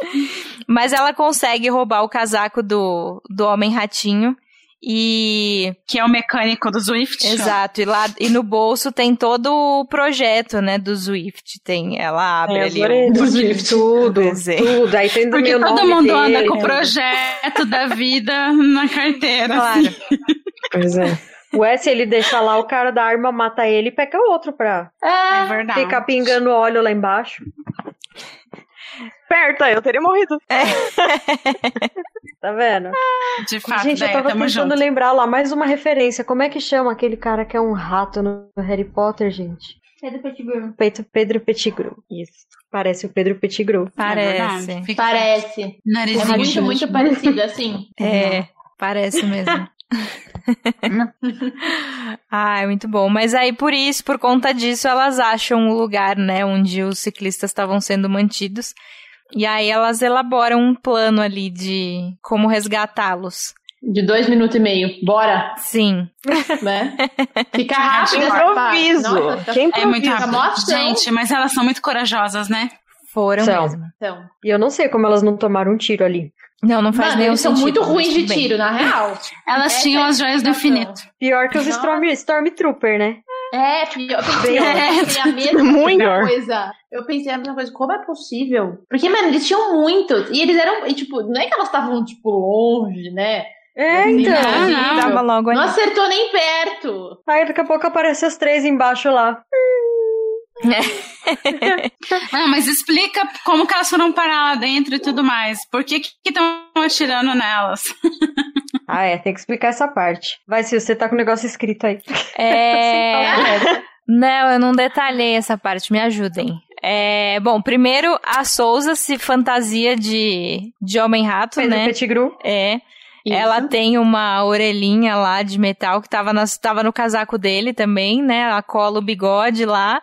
Speaker 2: *laughs* Mas ela consegue roubar o casaco do, do homem ratinho e
Speaker 6: Que é o mecânico do Swift.
Speaker 2: exato e lá e no bolso tem todo o projeto né do Zwift tem ela
Speaker 4: É,
Speaker 6: É,
Speaker 2: abre
Speaker 5: Tem as
Speaker 2: ali um
Speaker 6: *laughs*
Speaker 5: orelhas.
Speaker 2: o-
Speaker 4: Tudo,
Speaker 2: desenho.
Speaker 4: um tudo. Aí tem do
Speaker 6: Porque
Speaker 4: meu é nome
Speaker 6: todo mundo
Speaker 4: dele,
Speaker 6: anda com o
Speaker 4: né?
Speaker 6: projeto da vida na carteira.
Speaker 2: Claro. *laughs*
Speaker 6: assim.
Speaker 5: Pois é.
Speaker 4: O S, ele deixa lá, o cara da arma mata ele e pega outro pra
Speaker 6: É verdade.
Speaker 4: ficar pingando óleo lá embaixo.
Speaker 5: Perta, eu teria morrido.
Speaker 4: Tá vendo?
Speaker 6: De fato,
Speaker 4: Gente, eu
Speaker 6: Deia,
Speaker 4: tava
Speaker 6: tamo
Speaker 4: tentando
Speaker 6: junto.
Speaker 4: lembrar lá, mais uma referência. Como é que chama aquele cara que é um rato no Harry Potter, gente?
Speaker 3: Pedro Pettigrew.
Speaker 4: Pedro, Pedro Pettigrew. Isso. Parece o Pedro Pettigrew.
Speaker 6: É
Speaker 2: parece
Speaker 6: verdade. Fica
Speaker 3: Parece.
Speaker 6: com o narizinho
Speaker 3: É muito,
Speaker 6: junto.
Speaker 3: muito *laughs* parecido, assim.
Speaker 2: É, parece mesmo. *laughs* Ai, muito bom. Mas aí, por isso, por conta disso, elas acham o lugar, né, onde os ciclistas estavam sendo mantidos. E aí elas elaboram um plano ali de como resgatá-los.
Speaker 3: De dois minutos e meio. Bora,
Speaker 2: Sim.
Speaker 3: *laughs* né? Fica rápido essa parte.
Speaker 5: Improviso.
Speaker 3: Nossa, essa
Speaker 5: Quem
Speaker 6: É muito
Speaker 3: Fica
Speaker 6: rápido.
Speaker 3: mó ação.
Speaker 6: Gente, mas elas são muito corajosas, né?
Speaker 2: Foram
Speaker 4: São.
Speaker 2: mesmo.
Speaker 3: ação.
Speaker 4: E eu não sei como elas não tomaram um tiro ali.
Speaker 2: Não, não faz
Speaker 3: então. Mano,
Speaker 2: nenhum
Speaker 3: eles são
Speaker 2: sentido.
Speaker 3: muito
Speaker 2: mas
Speaker 3: ruins de
Speaker 2: tudo bem.
Speaker 3: tiro, na real.
Speaker 6: Elas
Speaker 3: Essa
Speaker 6: tinham
Speaker 3: é a
Speaker 6: as joias do
Speaker 3: explicação.
Speaker 6: infinito.
Speaker 4: Pior que os
Speaker 3: Nossa.
Speaker 4: Storm, Stormtrooper, né?
Speaker 3: É, filho, eu pensei, eu
Speaker 6: Bem-
Speaker 3: pensei a mesma
Speaker 5: Muito.
Speaker 3: coisa. Eu pensei a mesma coisa. Como é possível? Porque, mano, eles tinham muitos. E eles eram, e, tipo, não é que elas estavam, tipo, longe, né?
Speaker 4: É,
Speaker 3: Assim,
Speaker 4: então.
Speaker 6: Ah,
Speaker 3: horrível.
Speaker 6: não.
Speaker 2: Tava logo ali.
Speaker 3: Não acertou nem perto.
Speaker 4: Aí daqui a pouco aparecem as três embaixo lá.
Speaker 6: Ah, mas explica como que elas foram parar lá dentro e tudo mais. Por que que estão atirando nelas?
Speaker 4: Ah, é, tem que explicar essa parte. Vai, se você tá com o negócio escrito aí.
Speaker 2: É.
Speaker 4: *laughs*
Speaker 2: Não, eu não detalhei essa parte, me ajudem. É, bom, primeiro a Souza se fantasia de, de homem-rato,
Speaker 4: Pedro
Speaker 2: né?
Speaker 4: Pettigrew.
Speaker 2: É. Ela tem uma orelhinha lá de metal que tava, nas, tava no casaco dele também, né? Ela cola o bigode lá.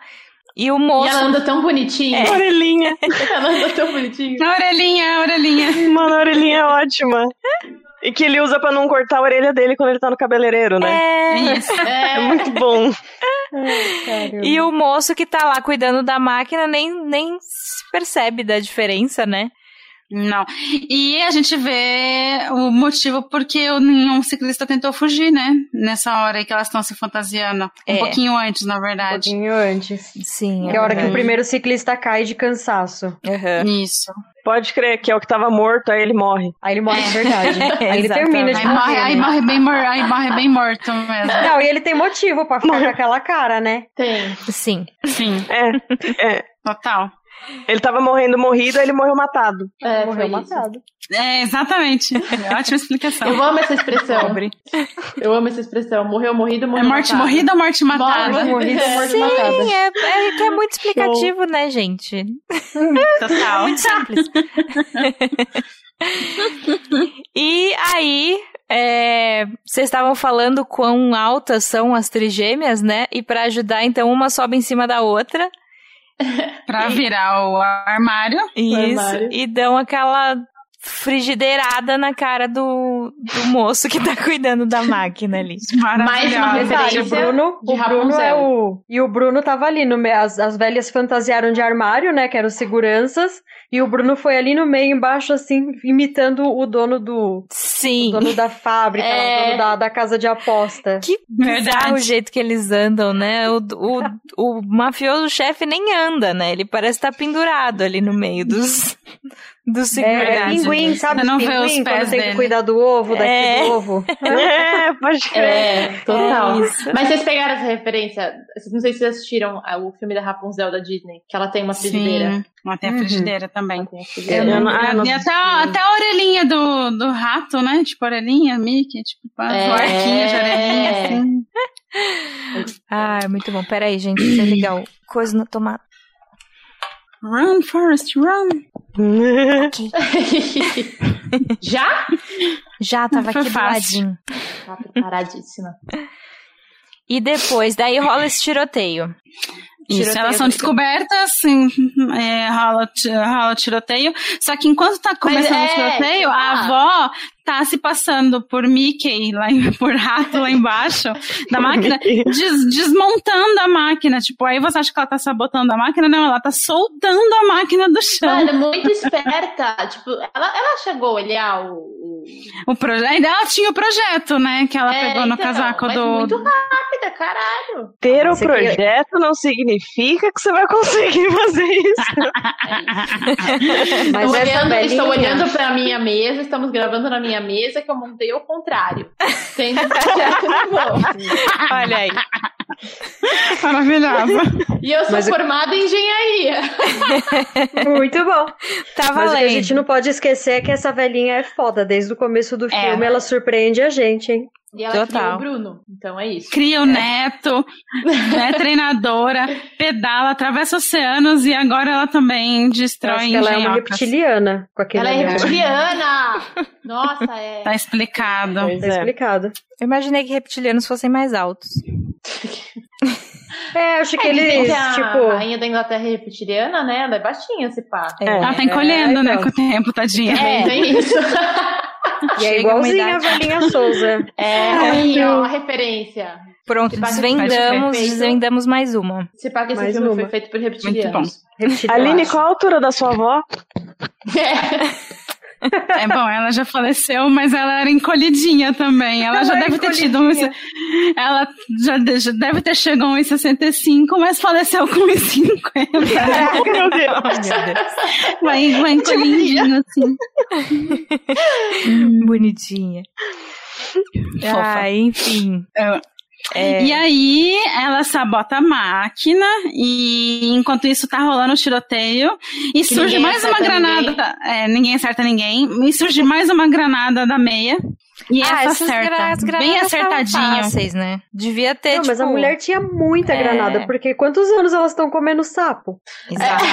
Speaker 2: E o
Speaker 3: E
Speaker 2: moço.
Speaker 3: ela anda tão bonitinha.
Speaker 5: Orelhinha.
Speaker 3: *laughs* Ela anda tão *laughs* bonitinha.
Speaker 6: A orelhinha, a orelhinha.
Speaker 5: Mano, a orelhinha é ótima. E que ele usa pra não cortar a orelha dele quando ele tá no cabeleireiro, né?
Speaker 2: É.
Speaker 6: Isso.
Speaker 5: É
Speaker 3: É,
Speaker 5: muito bom.
Speaker 2: E o moço que tá lá cuidando da máquina nem, nem se percebe da diferença, né?
Speaker 6: Não. E a gente vê o motivo porque o- nenhum ciclista tentou fugir, né? Nessa hora aí que elas estão se fantasiando. Um
Speaker 2: É.
Speaker 6: pouquinho antes, na
Speaker 4: Um
Speaker 6: verdade.
Speaker 4: pouquinho antes.
Speaker 2: Sim.
Speaker 4: Que é a hora que o
Speaker 2: verdade.
Speaker 4: primeiro ciclista cai de cansaço.
Speaker 2: Aham.
Speaker 6: Isso.
Speaker 5: Pode crer que é o que tava morto, aí ele morre.
Speaker 4: Aí ele morre de verdade.
Speaker 2: É,
Speaker 4: Aí ele termina de
Speaker 6: Aí morre,
Speaker 4: morrer.
Speaker 6: aí
Speaker 4: né?
Speaker 6: morre bem, mor aí morre bem morto
Speaker 4: *laughs*
Speaker 6: mesmo.
Speaker 4: Não, e ele tem motivo pra ficar com aquela cara, né?
Speaker 3: tem.
Speaker 2: Sim.
Speaker 6: Sim,
Speaker 5: É, é.
Speaker 6: total.
Speaker 5: Ele tava morrendo morrido, aí ele morreu matado.
Speaker 3: É, foi
Speaker 4: Morreu
Speaker 3: isso.
Speaker 4: matado.
Speaker 6: É, exatamente. É Ótima explicação.
Speaker 3: *laughs* Eu amo essa expressão. Eu amo essa expressão. Morreu morrido,
Speaker 6: É
Speaker 3: morreu
Speaker 6: morte
Speaker 3: matado.
Speaker 6: morrida ou morte matada?
Speaker 3: Morre morrido,
Speaker 4: Sim.
Speaker 3: morte
Speaker 2: Sim,
Speaker 3: matada.
Speaker 2: é, é que é muito explicativo, né, gente?
Speaker 6: Total.
Speaker 2: Muito simples. e aí, é, vocês estavam falando quão altas são as trigêmeas, né? E pra ajudar, então, uma sobe em cima da outra.
Speaker 6: Pra virar o armário.
Speaker 2: Isso.
Speaker 3: armário.
Speaker 2: E dão aquela frigideirada na cara do, do moço que tá *laughs* cuidando da máquina ali.
Speaker 3: Mais uma
Speaker 6: Maravilhosa.
Speaker 4: Detalhe, o
Speaker 3: referência
Speaker 4: Bruno,
Speaker 3: de
Speaker 4: o Bruno é
Speaker 3: Rapunzel.
Speaker 4: o. E o Bruno tava ali no meio. As, as velhas fantasiaram de armário, né? Que eram seguranças. E o Bruno foi ali no meio, embaixo, assim, imitando o dono do.
Speaker 2: Sim.
Speaker 4: Dono da fábrica, lá,
Speaker 3: É.
Speaker 4: o dono da, da casa de aposta.
Speaker 2: *laughs* Que bizarro o
Speaker 6: Verdade.
Speaker 2: jeito que eles andam, né? O, o, o mafioso chefe nem anda, né? Ele parece estar pendurado ali no meio dos, *laughs* dos
Speaker 4: É, é
Speaker 2: seguranças.
Speaker 4: pinguim, sabe?
Speaker 6: Você não
Speaker 4: os
Speaker 6: vê os
Speaker 4: pinguim,
Speaker 6: pés
Speaker 4: quando tem que
Speaker 6: dele.
Speaker 4: cuidar do ovo, daqui
Speaker 2: É.
Speaker 4: do ovo.
Speaker 5: É, pode crer.
Speaker 3: É, total.
Speaker 2: É isso.
Speaker 3: Mas vocês pegaram essa referência? Vocês não sei se vocês assistiram a- o filme da Rapunzel da Disney, que ela tem uma frigideira.
Speaker 6: Sim. Até a frigideira também.
Speaker 3: Ela tem uma frigideira.
Speaker 5: Uhum. Eu não- ah, eu não-
Speaker 6: E até, a- até a orelhinha do, do rato, né? Tipo, a orelhinha, Mickey, tipo, a
Speaker 3: É.
Speaker 6: arquinha de orelhinha,
Speaker 3: *laughs*
Speaker 6: assim.
Speaker 2: Ah, muito bom. Peraí, gente, deixa eu ligar o coisa na tomada.
Speaker 6: Run, Forest, run. assim.
Speaker 3: Já?
Speaker 2: Já tava
Speaker 6: Foi
Speaker 2: aqui do
Speaker 6: fácil.
Speaker 2: ladinho.
Speaker 3: Tá preparadíssima.
Speaker 2: E depois, daí rola esse tiroteio.
Speaker 6: Isso,
Speaker 3: Tiroteio
Speaker 6: elas são
Speaker 3: do-
Speaker 6: descobertas, sim, *laughs* é, rola, ti- rola o tiroteio. Só que enquanto tá começando
Speaker 3: é,
Speaker 6: o tiroteio, a
Speaker 3: ah.
Speaker 6: avó tá se passando por Mickey, lá em- *laughs* por rato lá embaixo
Speaker 3: *laughs*
Speaker 6: da máquina, des- desmontando a máquina. Tipo, aí você acha que ela tá sabotando a máquina? Não, ela tá soltando a máquina do chão.
Speaker 3: Mano, muito esperta. Tipo, ela, ela chegou a olhar o. o-
Speaker 6: O proje- Ainda ela tinha o projeto, né? Que ela
Speaker 3: É,
Speaker 6: pegou no
Speaker 3: então,
Speaker 6: casaco
Speaker 3: mas
Speaker 6: *laughs* do,
Speaker 3: Muito rápida, caralho.
Speaker 5: Ter o
Speaker 4: Você
Speaker 5: projeto não significa que você vai conseguir fazer isso.
Speaker 4: Mas
Speaker 3: Estou
Speaker 4: essa
Speaker 3: olhando,
Speaker 4: velhinha,
Speaker 3: estou olhando pra minha mesa, estamos gravando na minha mesa que eu montei ao
Speaker 4: *laughs*
Speaker 3: contrário. Tem um projeto na mão.
Speaker 2: Olha aí.
Speaker 6: Maravilhosa.
Speaker 3: E eu sou
Speaker 4: Mas eu-
Speaker 3: formada em engenharia.
Speaker 4: Muito bom.
Speaker 2: Tá
Speaker 4: Mas o que a gente
Speaker 2: valendo.
Speaker 4: não pode esquecer é que essa velhinha é foda. Desde o começo do filme, ela surpreende a gente, hein?
Speaker 3: E ela criou
Speaker 2: Total.
Speaker 3: o Bruno. Então é isso.
Speaker 6: Cria o neto, é treinadora, pedala, atravessa oceanos e agora ela também
Speaker 4: Eu acho
Speaker 6: destrói
Speaker 4: que ela é uma
Speaker 6: engenhocas.
Speaker 4: reptiliana com aquele
Speaker 3: Ela é
Speaker 4: olhar.
Speaker 3: reptiliana!
Speaker 4: *laughs*
Speaker 3: Nossa, é.
Speaker 6: Tá explicado.
Speaker 5: Pois
Speaker 4: Tá
Speaker 5: é.
Speaker 4: explicado.
Speaker 2: Eu imaginei que reptilianos fossem mais altos.
Speaker 4: É, acho que
Speaker 3: É, dizem
Speaker 4: eles,
Speaker 3: que a
Speaker 4: tipo.
Speaker 3: rainha da Inglaterra é reptiliana, né? Ela é baixinha, esse pá.
Speaker 6: Ela tá encolhendo,
Speaker 4: É,
Speaker 6: né,
Speaker 4: então.
Speaker 6: com o tempo, tadinha.
Speaker 4: *laughs*
Speaker 3: É, tem isso.
Speaker 4: E é
Speaker 2: Chega uma
Speaker 4: igualzinha a
Speaker 2: idade.
Speaker 4: velhinha Souza.
Speaker 3: É, aí, ó, a referência.
Speaker 2: Pronto,
Speaker 3: Faz
Speaker 2: desvendamos,
Speaker 3: perfeito.
Speaker 2: desvendamos mais uma.
Speaker 3: Se pá que esse
Speaker 4: Mais
Speaker 3: filme
Speaker 4: uma.
Speaker 3: foi feito por
Speaker 4: *laughs*
Speaker 3: reptilianos.
Speaker 4: Reptiliana.
Speaker 5: Aline, qual a altura da sua avó?
Speaker 3: É.
Speaker 6: É bom, ela já faleceu, mas ela era encolhidinha também. Ela, já
Speaker 4: era
Speaker 6: deve ter tido uns. Ela já, de- já deve ter chegado um a uns 65, mas faleceu com uns 50.
Speaker 5: Meu Deus.
Speaker 6: Vai,
Speaker 2: *laughs*
Speaker 6: vai encolhidinho assim.
Speaker 2: Bonitinha.
Speaker 6: Fofa.
Speaker 2: Ah, enfim.
Speaker 6: É.
Speaker 2: É.
Speaker 6: E aí, ela sabota a máquina e enquanto isso tá rolando o tiroteio e surge
Speaker 3: ninguém
Speaker 6: mais uma
Speaker 3: acerta
Speaker 6: granada. É, ninguém acerta ninguém. E surge mais uma granada da meia. E
Speaker 2: Ah,
Speaker 6: essa
Speaker 2: essas gra- as
Speaker 6: acerta.
Speaker 2: granadas
Speaker 6: Bem
Speaker 2: estavam
Speaker 6: acertadinho.
Speaker 2: Fáceis, né? Devia ter,
Speaker 4: Não,
Speaker 2: tipo...
Speaker 4: mas a mulher tinha muita
Speaker 2: é.
Speaker 4: granada, porque quantos anos elas estão comendo sapo?
Speaker 2: Exato.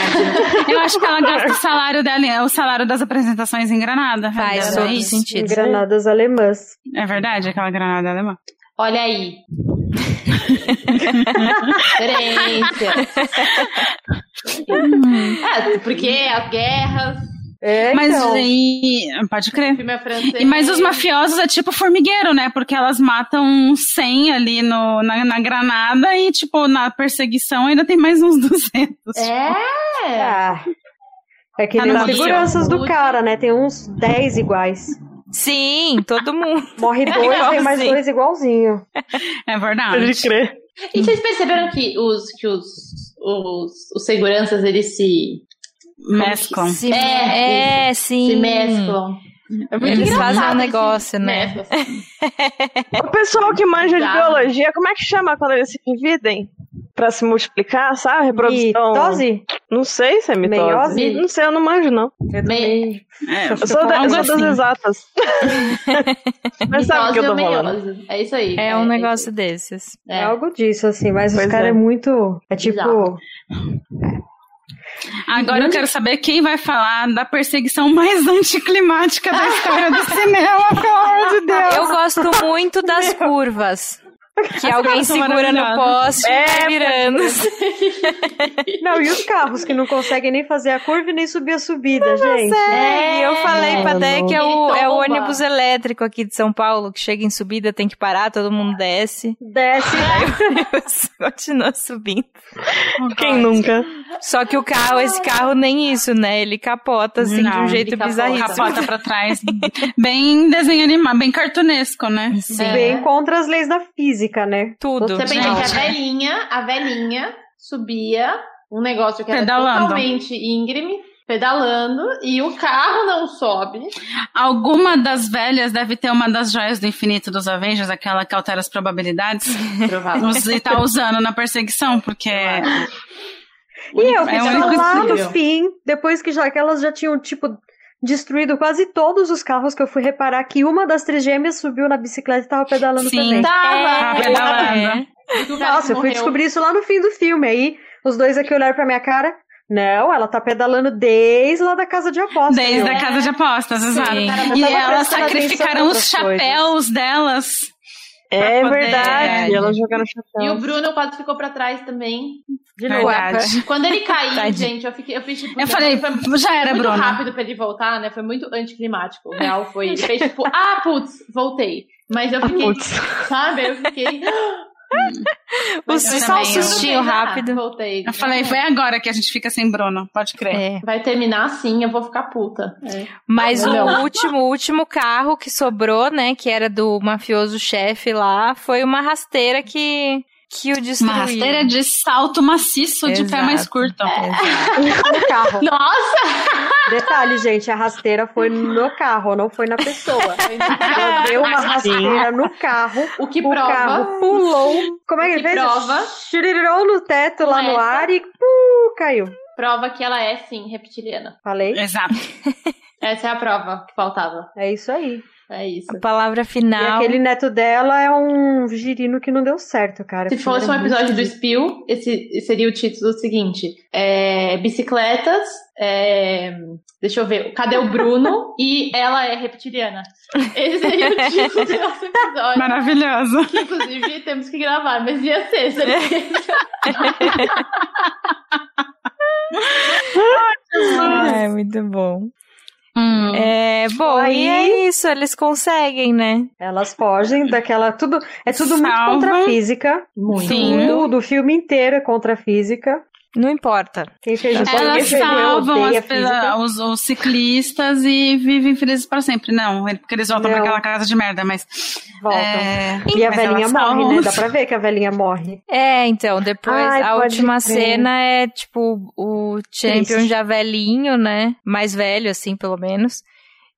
Speaker 6: Eu acho que ela gasta o
Speaker 2: *laughs*
Speaker 6: salário dela, é o salário das apresentações em granada.
Speaker 2: Faz
Speaker 6: Ela-
Speaker 2: todo sentido.
Speaker 4: Granadas alemãs.
Speaker 6: É verdade, aquela granada alemã.
Speaker 3: Olha aí. Referência. É, porque as guerras,
Speaker 4: É,
Speaker 6: Mas
Speaker 4: então.
Speaker 6: aí. Pode crer.
Speaker 3: filme é francês.
Speaker 6: E, mas os mafiosos é tipo formigueiro, né? Porque elas matam 100 ali no, na, na granada e, tipo, na perseguição ainda tem mais uns *laughs* 200.
Speaker 3: É.
Speaker 4: Ah, É que
Speaker 6: Tá
Speaker 4: nem
Speaker 6: no
Speaker 4: as
Speaker 6: nível.
Speaker 4: seguranças do cara, né? Tem uns 10 iguais.
Speaker 2: Sim, todo
Speaker 4: *laughs*
Speaker 2: mundo.
Speaker 4: Morre dois, tem mais
Speaker 2: Igualzinho.
Speaker 4: dois igualzinho.
Speaker 6: É
Speaker 5: Pode
Speaker 6: verdade.
Speaker 5: crer.
Speaker 3: E vocês perceberam que os, que os, os, os seguranças, eles se,
Speaker 6: Mesclam.
Speaker 2: Se-
Speaker 3: É,
Speaker 2: é, sim.
Speaker 3: se mesclam. É muito
Speaker 2: Eles
Speaker 3: engraçado,
Speaker 2: fazem um
Speaker 3: eles se
Speaker 2: negócio, né?
Speaker 3: mesclam.
Speaker 5: É O pessoal que manja de
Speaker 3: Bizarro.
Speaker 5: biologia, como é que chama quando eles se dividem? Pra se multiplicar, sabe? Reprodução.
Speaker 4: Mitose?
Speaker 5: Não sei se é mitose.
Speaker 4: Meiose?
Speaker 5: Não sei, eu não manjo, não.
Speaker 3: Me-
Speaker 6: É,
Speaker 5: Eu sou, da- eu
Speaker 6: algo
Speaker 5: sou das
Speaker 6: assim.
Speaker 3: *laughs*
Speaker 5: exatas. Mas sabe o que eu tô
Speaker 3: mitose ou
Speaker 5: falando.
Speaker 3: meiose. É isso aí.
Speaker 2: É um negócio desses.
Speaker 4: É
Speaker 3: É.
Speaker 4: algo disso, assim, mas
Speaker 5: Pois
Speaker 4: os caras
Speaker 5: é.
Speaker 4: é. muito. É tipo.
Speaker 3: Bizarro.
Speaker 6: Agora eu quero saber quem vai falar da perseguição mais *laughs* anticlimática da história do cinema, pelo amor de Deus.
Speaker 2: Eu gosto muito das curvas. Que alguém
Speaker 6: são
Speaker 2: segura no
Speaker 6: maravilhosas.
Speaker 2: poste e vai virando. *laughs*
Speaker 4: *laughs* Não, e os carros que não conseguem nem fazer a curva e nem subir a subida, gente.
Speaker 2: É, e eu falei pra Dé que é o, é o
Speaker 3: Ele toma.
Speaker 2: ônibus elétrico aqui de São Paulo, que chega em subida, tem que parar, todo mundo
Speaker 4: *laughs*
Speaker 2: desce. *laughs*
Speaker 4: Desce.
Speaker 2: Continua subindo.
Speaker 5: Quem nunca?
Speaker 2: Só que o carro, esse carro nem isso, né? Ele capota, assim, de
Speaker 6: Não,
Speaker 2: um jeito
Speaker 3: ele capota.
Speaker 2: bizarríssimo.
Speaker 6: Capota pra trás. Bem desenho animado, bem cartunesco, né?
Speaker 2: Sim,
Speaker 4: Bem contra as leis da física, né?
Speaker 2: tudo.
Speaker 4: Você
Speaker 3: Você pensa que a
Speaker 2: gente.
Speaker 3: velhinha, a velhinha subia um negócio que era
Speaker 6: Pedalando.
Speaker 3: totalmente íngreme, pedalando, e o carro não sobe.
Speaker 6: Alguma das velhas deve ter uma das joias do infinito dos Avengers, aquela que altera as probabilidades,
Speaker 3: Provavelmente.
Speaker 6: us- e tá usando na perseguição, porque
Speaker 4: E eu
Speaker 6: É
Speaker 4: que
Speaker 6: o
Speaker 4: tava
Speaker 6: único
Speaker 4: lá no
Speaker 3: possível.
Speaker 4: fim, depois que já que elas já tinham, tipo, destruído quase todos os carros, que eu fui reparar que uma das três gêmeas subiu na bicicleta e tava pedalando
Speaker 6: Sim.
Speaker 4: também.
Speaker 6: tá
Speaker 2: É.
Speaker 3: Tava!
Speaker 6: pedalando.
Speaker 3: E o cara
Speaker 4: Nossa, eu fui
Speaker 3: morreu.
Speaker 4: descobrir isso lá no fim do filme. Aí os dois aqui olharam pra minha cara. Não, ela tá pedalando desde lá da casa de né? apostas.
Speaker 6: Desde a casa de apostas, exato.
Speaker 4: Cara,
Speaker 6: E
Speaker 4: eu tava
Speaker 6: elas
Speaker 4: prestando
Speaker 6: sacrificaram os
Speaker 4: atenção em outras
Speaker 6: chapéus delas.
Speaker 5: É
Speaker 6: poder-
Speaker 5: verdade, ela joga no chapéu.
Speaker 3: Tá E o Bruno quase ficou pra trás também.
Speaker 4: De novo.
Speaker 6: Verdade.
Speaker 3: Quando ele caiu,
Speaker 6: Tadinho.
Speaker 3: gente, eu fiquei. Eu, fiz, tipo,
Speaker 6: Eu falei,
Speaker 3: foi
Speaker 6: já era,
Speaker 3: muito
Speaker 6: Bruno.
Speaker 3: rápido pra ele voltar, né? Foi muito anticlimático. O real foi. Ele fez tipo, ah, putz, voltei. Mas eu fiquei,
Speaker 5: Putz.
Speaker 3: sabe? Eu fiquei.
Speaker 2: O,
Speaker 3: Mas
Speaker 6: eu
Speaker 2: só um
Speaker 6: também, eu-
Speaker 2: sustinho
Speaker 3: "Ah,
Speaker 2: rápido.
Speaker 3: Voltei.
Speaker 6: Eu falei, foi agora que a gente fica sem Bruno, pode crer.
Speaker 2: É.
Speaker 3: Vai terminar assim, eu vou ficar puta. É.
Speaker 2: Mas
Speaker 3: Não.
Speaker 2: o último, o último carro que sobrou, né, que era do mafioso chefe lá, foi uma rasteira que que o destruiu.
Speaker 6: Uma rasteira é de salto maciço de pé
Speaker 2: Exato.
Speaker 6: mais curto.
Speaker 4: *laughs*
Speaker 2: É.
Speaker 4: No carro.
Speaker 3: Nossa!
Speaker 4: Detalhe, gente, a rasteira foi no carro, não foi na pessoa. Ela deu uma rasteira no carro,
Speaker 3: O que
Speaker 4: o
Speaker 3: prova.
Speaker 4: carro pulou. Como é que ele
Speaker 3: Que
Speaker 4: fez?
Speaker 3: prova.
Speaker 4: Churirou no teto lá
Speaker 3: Com
Speaker 4: no
Speaker 3: essa.
Speaker 4: ar e pum, caiu.
Speaker 3: Prova que ela é, sim, reptiliana.
Speaker 4: Falei?
Speaker 6: Exato.
Speaker 3: Essa é a prova que faltava.
Speaker 4: É isso aí.
Speaker 3: É isso.
Speaker 2: A *laughs* palavra
Speaker 4: E
Speaker 2: final.
Speaker 4: aquele neto dela é um girino que não deu certo, cara.
Speaker 3: Se fosse um
Speaker 4: Era muito
Speaker 3: episódio do
Speaker 4: esquisito.
Speaker 3: Spill, esse seria o título seguinte: É, Bicicletas. é, deixa eu ver. Cadê o
Speaker 4: *laughs*
Speaker 3: Bruno? e ela é reptiliana. Esse seria o título do nosso episódio.
Speaker 6: Maravilhoso.
Speaker 3: Que, inclusive, temos que gravar, mas ia ser,
Speaker 4: *laughs*
Speaker 3: certeza.
Speaker 2: É muito bom.
Speaker 6: Hum.
Speaker 2: É, bom,
Speaker 4: Aí-
Speaker 2: e é isso, eles conseguem, né?
Speaker 4: Elas fogem daquela. Tudo, é tudo muito
Speaker 6: Salva.
Speaker 4: contra a física.
Speaker 3: Muito.
Speaker 6: Sim.
Speaker 4: Tudo, o filme inteiro é contra a física.
Speaker 2: Não importa.
Speaker 4: Quem fez o quem
Speaker 6: Elas
Speaker 4: fez o eu
Speaker 6: salvam
Speaker 4: odeio
Speaker 6: as
Speaker 4: a física.
Speaker 6: pela- os, os ciclistas e vivem felizes para sempre. Não, ele- porque eles voltam
Speaker 4: Não.
Speaker 6: para aquela casa de merda, mas.
Speaker 4: Voltam.
Speaker 6: é,
Speaker 4: E a
Speaker 6: mas
Speaker 4: velhinha
Speaker 6: elas
Speaker 4: morre,
Speaker 6: salvam
Speaker 4: né?
Speaker 6: os-
Speaker 4: Dá pra ver que a velhinha morre.
Speaker 2: É, então, depois
Speaker 4: Ai,
Speaker 2: a
Speaker 4: pode
Speaker 2: última
Speaker 4: crer.
Speaker 2: cena é tipo o Champion
Speaker 4: Triste.
Speaker 2: já velhinho, né? Mais velho, assim, pelo menos.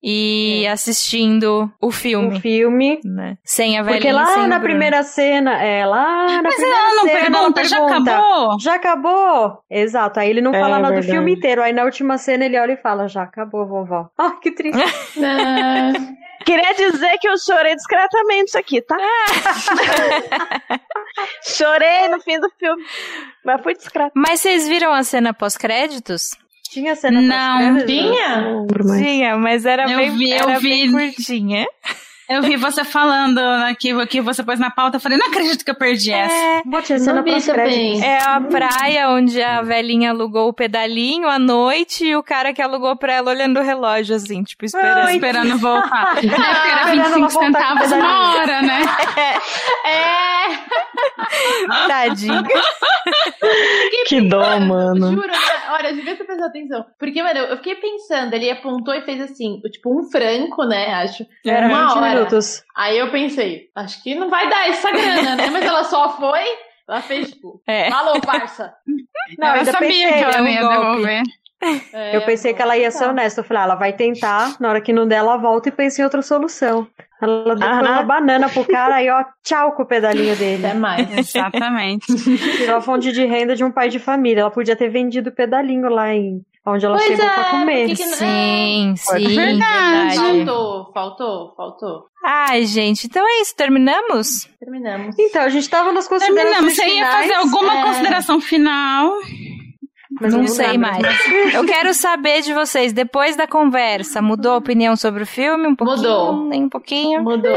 Speaker 2: E
Speaker 4: É.
Speaker 2: assistindo o
Speaker 4: O
Speaker 2: filme,
Speaker 4: filme.
Speaker 2: né? Sem a velhinha.
Speaker 4: Porque lá
Speaker 2: sem o
Speaker 4: na
Speaker 2: Bruno.
Speaker 4: primeira cena, é, lá na primeira
Speaker 6: Ela não
Speaker 4: cena ela
Speaker 6: pergunta, já
Speaker 4: pergunta,
Speaker 6: acabou?
Speaker 4: Já acabou? Exato. Aí ele não
Speaker 5: É,
Speaker 4: fala nada do
Speaker 5: verdade.
Speaker 4: filme inteiro. Aí na última cena ele olha e fala: Já acabou, vovó. *laughs* Ai, que triste.
Speaker 3: Ah,
Speaker 5: Queria dizer que eu chorei discretamente isso aqui,
Speaker 3: *laughs*
Speaker 5: tá? chorei no fim do filme. Mas fui discreta.
Speaker 2: Mas vocês viram a cena pós-créditos?
Speaker 4: Tinha cena
Speaker 6: Não.
Speaker 4: pós-crédito?
Speaker 3: Tinha?
Speaker 2: Tinha, mas era
Speaker 6: Eu
Speaker 2: bem,
Speaker 6: vi, eu
Speaker 2: era bem
Speaker 6: vi.
Speaker 2: curtinha.
Speaker 6: Eu vi você falando aqui, que você pôs na pauta. Eu falei, não acredito que eu perdi
Speaker 4: É.
Speaker 6: essa.
Speaker 4: Pô, tinha
Speaker 3: não
Speaker 4: cena
Speaker 3: vi
Speaker 4: pós-crédito.
Speaker 3: também.
Speaker 2: É a praia onde a velhinha alugou o pedalinho à noite e o cara que alugou pra ela olhando o relógio, assim, tipo, esperando.
Speaker 6: Esperando
Speaker 4: *laughs*
Speaker 6: voltar. Deve que era 25
Speaker 4: Esperando ela voltar
Speaker 6: centavos
Speaker 4: com o
Speaker 6: uma hora, né?
Speaker 3: É!
Speaker 2: *laughs*
Speaker 4: *laughs*
Speaker 2: Tadinho.
Speaker 5: Que dó, mano.
Speaker 3: Juro, cara, olha, eu devia ter prestado atenção. Porque, mano, eu fiquei pensando, ele apontou e fez assim, tipo, um franco, né? Acho.
Speaker 2: É,
Speaker 4: Era
Speaker 3: uma
Speaker 4: 20
Speaker 3: hora.
Speaker 4: minutos.
Speaker 3: Aí eu pensei, acho que não vai dar essa grana, né? Mas ela só foi, ela fez, tipo,
Speaker 2: É.
Speaker 3: falou, parça.
Speaker 4: Não,
Speaker 6: eu
Speaker 4: ainda
Speaker 6: sabia
Speaker 4: pensei, né,
Speaker 6: que ela não ia
Speaker 2: golpe.
Speaker 6: devolver.
Speaker 3: É,
Speaker 4: Eu pensei que ela ia ser honesta. Eu falei, ah, ela vai tentar. Na hora que não der, ela volta e pensa em outra solução. Ela deu
Speaker 5: Aham.
Speaker 4: uma banana pro cara aí, ó, tchau com o pedalinho dele.
Speaker 3: Até mais.
Speaker 6: Exatamente.
Speaker 4: Tirou a fonte de renda de um pai de família. Ela podia ter vendido o pedalinho lá em onde ela
Speaker 3: Pois
Speaker 4: chegou
Speaker 3: é,
Speaker 4: pra comer.
Speaker 3: por que que não-
Speaker 2: Sim, sim.
Speaker 6: é Verdade.
Speaker 2: verdade.
Speaker 3: Faltou, faltou, faltou.
Speaker 2: Ai, gente, então é isso, terminamos?
Speaker 3: Terminamos.
Speaker 4: Então, a gente tava nas considerações
Speaker 6: Terminamos. Você ia
Speaker 4: finais,
Speaker 6: fazer alguma
Speaker 3: é.
Speaker 6: consideração final?
Speaker 4: mas
Speaker 2: Não
Speaker 4: vamos
Speaker 2: sei
Speaker 4: lá,
Speaker 2: mais. Eu quero saber de vocês, depois da conversa, mudou a opinião sobre o filme? Um pouquinho?
Speaker 3: Mudou.
Speaker 2: Nem um pouquinho?
Speaker 3: Mudou.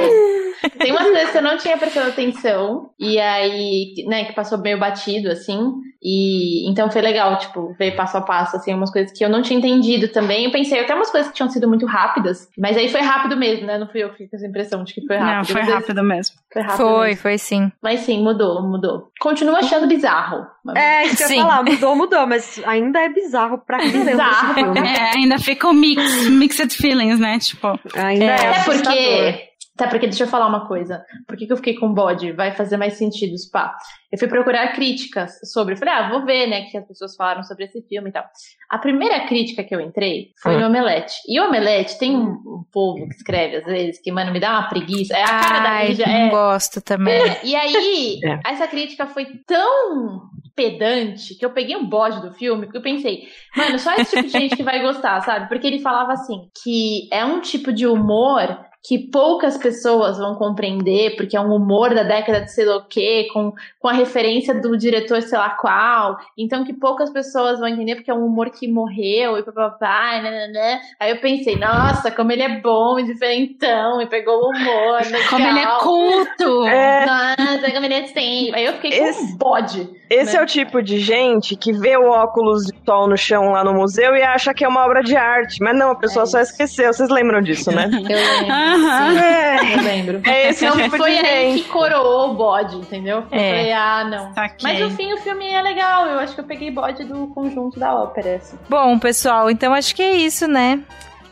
Speaker 3: *laughs* Tem umas coisas que eu não tinha prestado atenção. E aí, né, que passou meio batido, assim. E então foi legal, tipo, ver passo a passo, assim, umas coisas que eu não tinha entendido também. Eu pensei até umas coisas que tinham sido muito rápidas. Mas aí foi rápido mesmo, né? Não fui eu que fiquei com essa impressão de que foi rápido.
Speaker 6: Não, foi
Speaker 3: Às vezes
Speaker 6: rápido mesmo.
Speaker 3: Foi rápido.
Speaker 2: Foi,
Speaker 3: mesmo.
Speaker 2: foi sim.
Speaker 3: Mas sim, mudou, mudou. Continua achando bizarro. mas-
Speaker 4: É, isso que eu
Speaker 2: Sim.
Speaker 4: ia falar, mudou, mudou, mas ainda é bizarro pra caramba.
Speaker 3: Bizarro.
Speaker 4: esse né? filme.
Speaker 6: É, ainda fica o mix, mixed feelings, né? Tipo,
Speaker 4: Ainda é,
Speaker 3: Até
Speaker 4: assustador.
Speaker 3: porque. Até porque, deixa eu falar uma coisa. Por que, que eu fiquei com bode? Vai fazer mais sentido, pá. Eu fui procurar críticas sobre. eu Falei, ah, vou ver, né, o que as pessoas falaram sobre esse filme e tal. A primeira crítica que eu entrei foi
Speaker 4: Ah.
Speaker 3: no Omelete. E o Omelete tem um, um povo que escreve, às vezes, que, mano, me dá uma preguiça. É a cara da
Speaker 2: Ai,
Speaker 3: mídia.
Speaker 2: não
Speaker 3: É,
Speaker 2: gosto também.
Speaker 6: *laughs*
Speaker 3: e aí,
Speaker 5: É.
Speaker 3: essa crítica foi tão pedante que eu peguei um bode do filme, porque eu pensei, mano, só esse tipo de gente que vai gostar, sabe? Porque ele falava assim, que é um tipo de humor que poucas pessoas vão compreender, porque é um humor da década de sei lá o quê, com, com a referência do diretor sei lá qual, então que poucas pessoas vão entender, porque é um humor que morreu e papapá, né, né, né. Aí eu pensei, nossa, como ele é bom e diferentão, e pegou o humor, legal.
Speaker 6: Como ele é culto.
Speaker 5: É,
Speaker 3: Nossa, como ele é assim. Aí eu fiquei com
Speaker 5: Esse-
Speaker 3: um bode.
Speaker 5: esse é o tipo de gente que vê o óculos de sol no chão lá no museu e acha que é uma obra de arte. Mas não, a pessoa
Speaker 3: É
Speaker 5: só esqueceu. Vocês lembram disso, né?
Speaker 3: *laughs* Eu lembro.
Speaker 6: Aham.
Speaker 5: é.
Speaker 3: Eu lembro.
Speaker 5: É esse
Speaker 3: Então
Speaker 5: tipo
Speaker 3: foi
Speaker 5: de
Speaker 3: aí
Speaker 5: gente.
Speaker 3: que coroou o bode, entendeu? Eu
Speaker 2: É.
Speaker 3: falei, ah, não.
Speaker 6: Saquei.
Speaker 3: Mas no fim o filme é legal, eu acho que eu peguei bode do conjunto da ópera, assim.
Speaker 2: Bom, pessoal, então acho que é isso, né?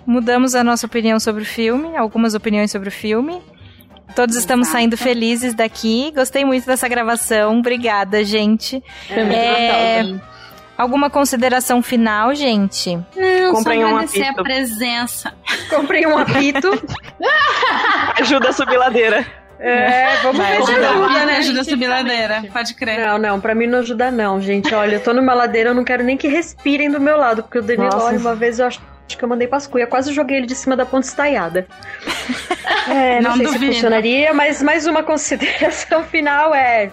Speaker 2: Mudamos a nossa opinião sobre o filme, algumas opiniões sobre o filme. Todos estamos
Speaker 6: Exato.
Speaker 2: saindo felizes daqui. Gostei muito dessa gravação. Obrigada, gente.
Speaker 3: Foi muito
Speaker 2: É.
Speaker 3: gostoso.
Speaker 2: Alguma consideração final, gente?
Speaker 6: Não, só
Speaker 5: Comprem um
Speaker 6: agradecer
Speaker 5: apito.
Speaker 6: a presença.
Speaker 4: Comprei um apito.
Speaker 5: Ajuda a subir ladeira.
Speaker 4: É, vamos ver se
Speaker 6: Ajuda,
Speaker 4: ajuda,
Speaker 6: né?
Speaker 4: né?
Speaker 6: Ajuda a subir ladeira, pode crer.
Speaker 4: Não, não, pra mim não ajuda não, gente. Olha, eu tô numa ladeira, eu não quero nem que respirem do meu lado, porque o Danilo,
Speaker 5: Nossa.
Speaker 4: olha, uma vez eu acho que eu mandei pras cuias, quase joguei ele de cima da ponte
Speaker 2: *laughs*
Speaker 4: estaiada. É, não,
Speaker 6: Não
Speaker 4: sei
Speaker 6: duvido.
Speaker 4: se funcionaria, mas mais uma consideração *laughs* final é...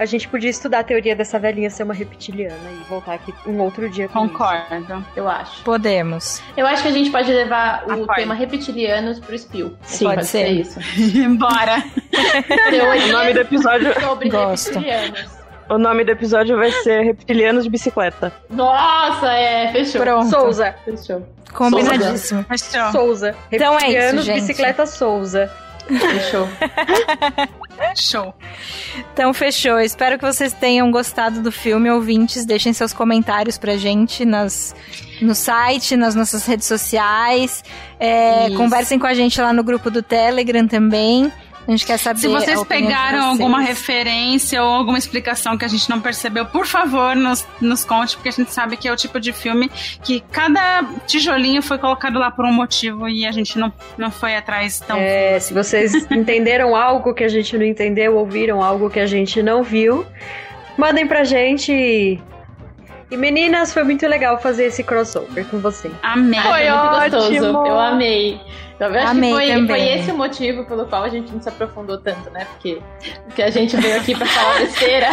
Speaker 4: A gente podia estudar a teoria dessa velhinha ser uma reptiliana e voltar aqui um outro dia com
Speaker 6: Concordo. *laughs*
Speaker 3: Eu acho.
Speaker 2: Podemos.
Speaker 3: Eu acho que a gente pode levar o
Speaker 6: Acorda.
Speaker 3: tema reptilianos pro Spill.
Speaker 2: Sim,
Speaker 3: pode
Speaker 2: pode
Speaker 3: ser
Speaker 2: ser. *laughs*
Speaker 3: isso. é
Speaker 6: Bora.
Speaker 5: O nome do episódio,
Speaker 3: sobre
Speaker 2: Gosto.
Speaker 3: reptilianos.
Speaker 5: o nome do episódio vai ser Reptilianos de Bicicleta.
Speaker 3: Nossa, é, fechou.
Speaker 4: isso.
Speaker 2: Pronto.
Speaker 4: Souza,
Speaker 3: Fechou.
Speaker 2: Combinadíssimo.
Speaker 6: Fechou.
Speaker 4: Souza.
Speaker 2: Então é isso,
Speaker 4: Reptilianos,
Speaker 2: gente.
Speaker 4: bicicleta Souza.
Speaker 3: Fechou.
Speaker 6: Show.
Speaker 2: Então fechou. Espero que vocês tenham gostado do filme, ouvintes. Deixem seus comentários pra gente nas, no site, nas nossas redes sociais. É,
Speaker 6: Isso.
Speaker 2: conversem com a gente lá no grupo do Telegram também. A gente quer saber.
Speaker 6: Se
Speaker 2: a
Speaker 6: vocês
Speaker 2: opinião de
Speaker 6: pegaram
Speaker 2: vocês.
Speaker 6: alguma referência ou alguma explicação que a gente não percebeu, por favor, nos, nos conte, porque a gente sabe que é o tipo de filme que cada tijolinho foi colocado lá por um motivo e a gente não, não foi atrás tão.
Speaker 4: É, se vocês entenderam *laughs* algo que a gente não entendeu, ouviram algo que a gente não viu, mandem pra gente. E meninas, foi muito legal fazer esse crossover com vocês.
Speaker 6: Amém.
Speaker 3: Ah, Foi muito
Speaker 5: ótimo.
Speaker 3: gostoso. Eu amei. Eu acho
Speaker 2: Amei
Speaker 3: que foi,
Speaker 2: também.
Speaker 3: foi esse o motivo pelo qual a gente não se aprofundou tanto, né? Porque, porque a gente veio aqui pra falar besteira.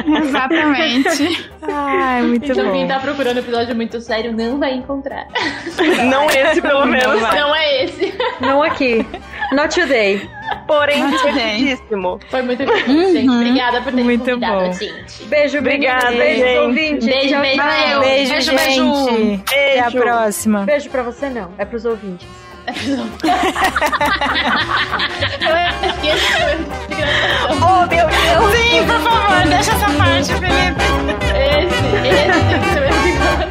Speaker 6: *laughs* Exatamente.
Speaker 2: Ai, muito
Speaker 3: então quem
Speaker 2: bom.
Speaker 3: tá procurando episódio muito sério não vai encontrar.
Speaker 5: Não esse, pelo menos.
Speaker 3: Não é esse.
Speaker 4: Não aqui. Not today.
Speaker 5: Porém,
Speaker 6: Muito bem.
Speaker 5: divertidíssimo.
Speaker 3: Foi muito bom, gente. Obrigada por ter
Speaker 2: Muito
Speaker 3: me convidado,
Speaker 2: bom.
Speaker 3: gente.
Speaker 4: Beijo,
Speaker 5: Obrigada,
Speaker 4: meninas. Beijo,
Speaker 5: gente.
Speaker 4: ouvintes.
Speaker 3: Beijo,
Speaker 4: Tchau,
Speaker 3: beijo,
Speaker 2: Beijo,
Speaker 3: beijo.
Speaker 4: tchau.
Speaker 6: Beijo,
Speaker 2: gente.
Speaker 6: beijo.
Speaker 2: Até a
Speaker 5: Beijo.
Speaker 2: próxima.
Speaker 4: Beijo pra você, não. É pros ouvintes.
Speaker 3: Esqueci.
Speaker 5: Oh, meu Deus!
Speaker 6: Sim, por favor, deixa essa parte, Felipe.
Speaker 3: Esse, esse tem que ser o episódio.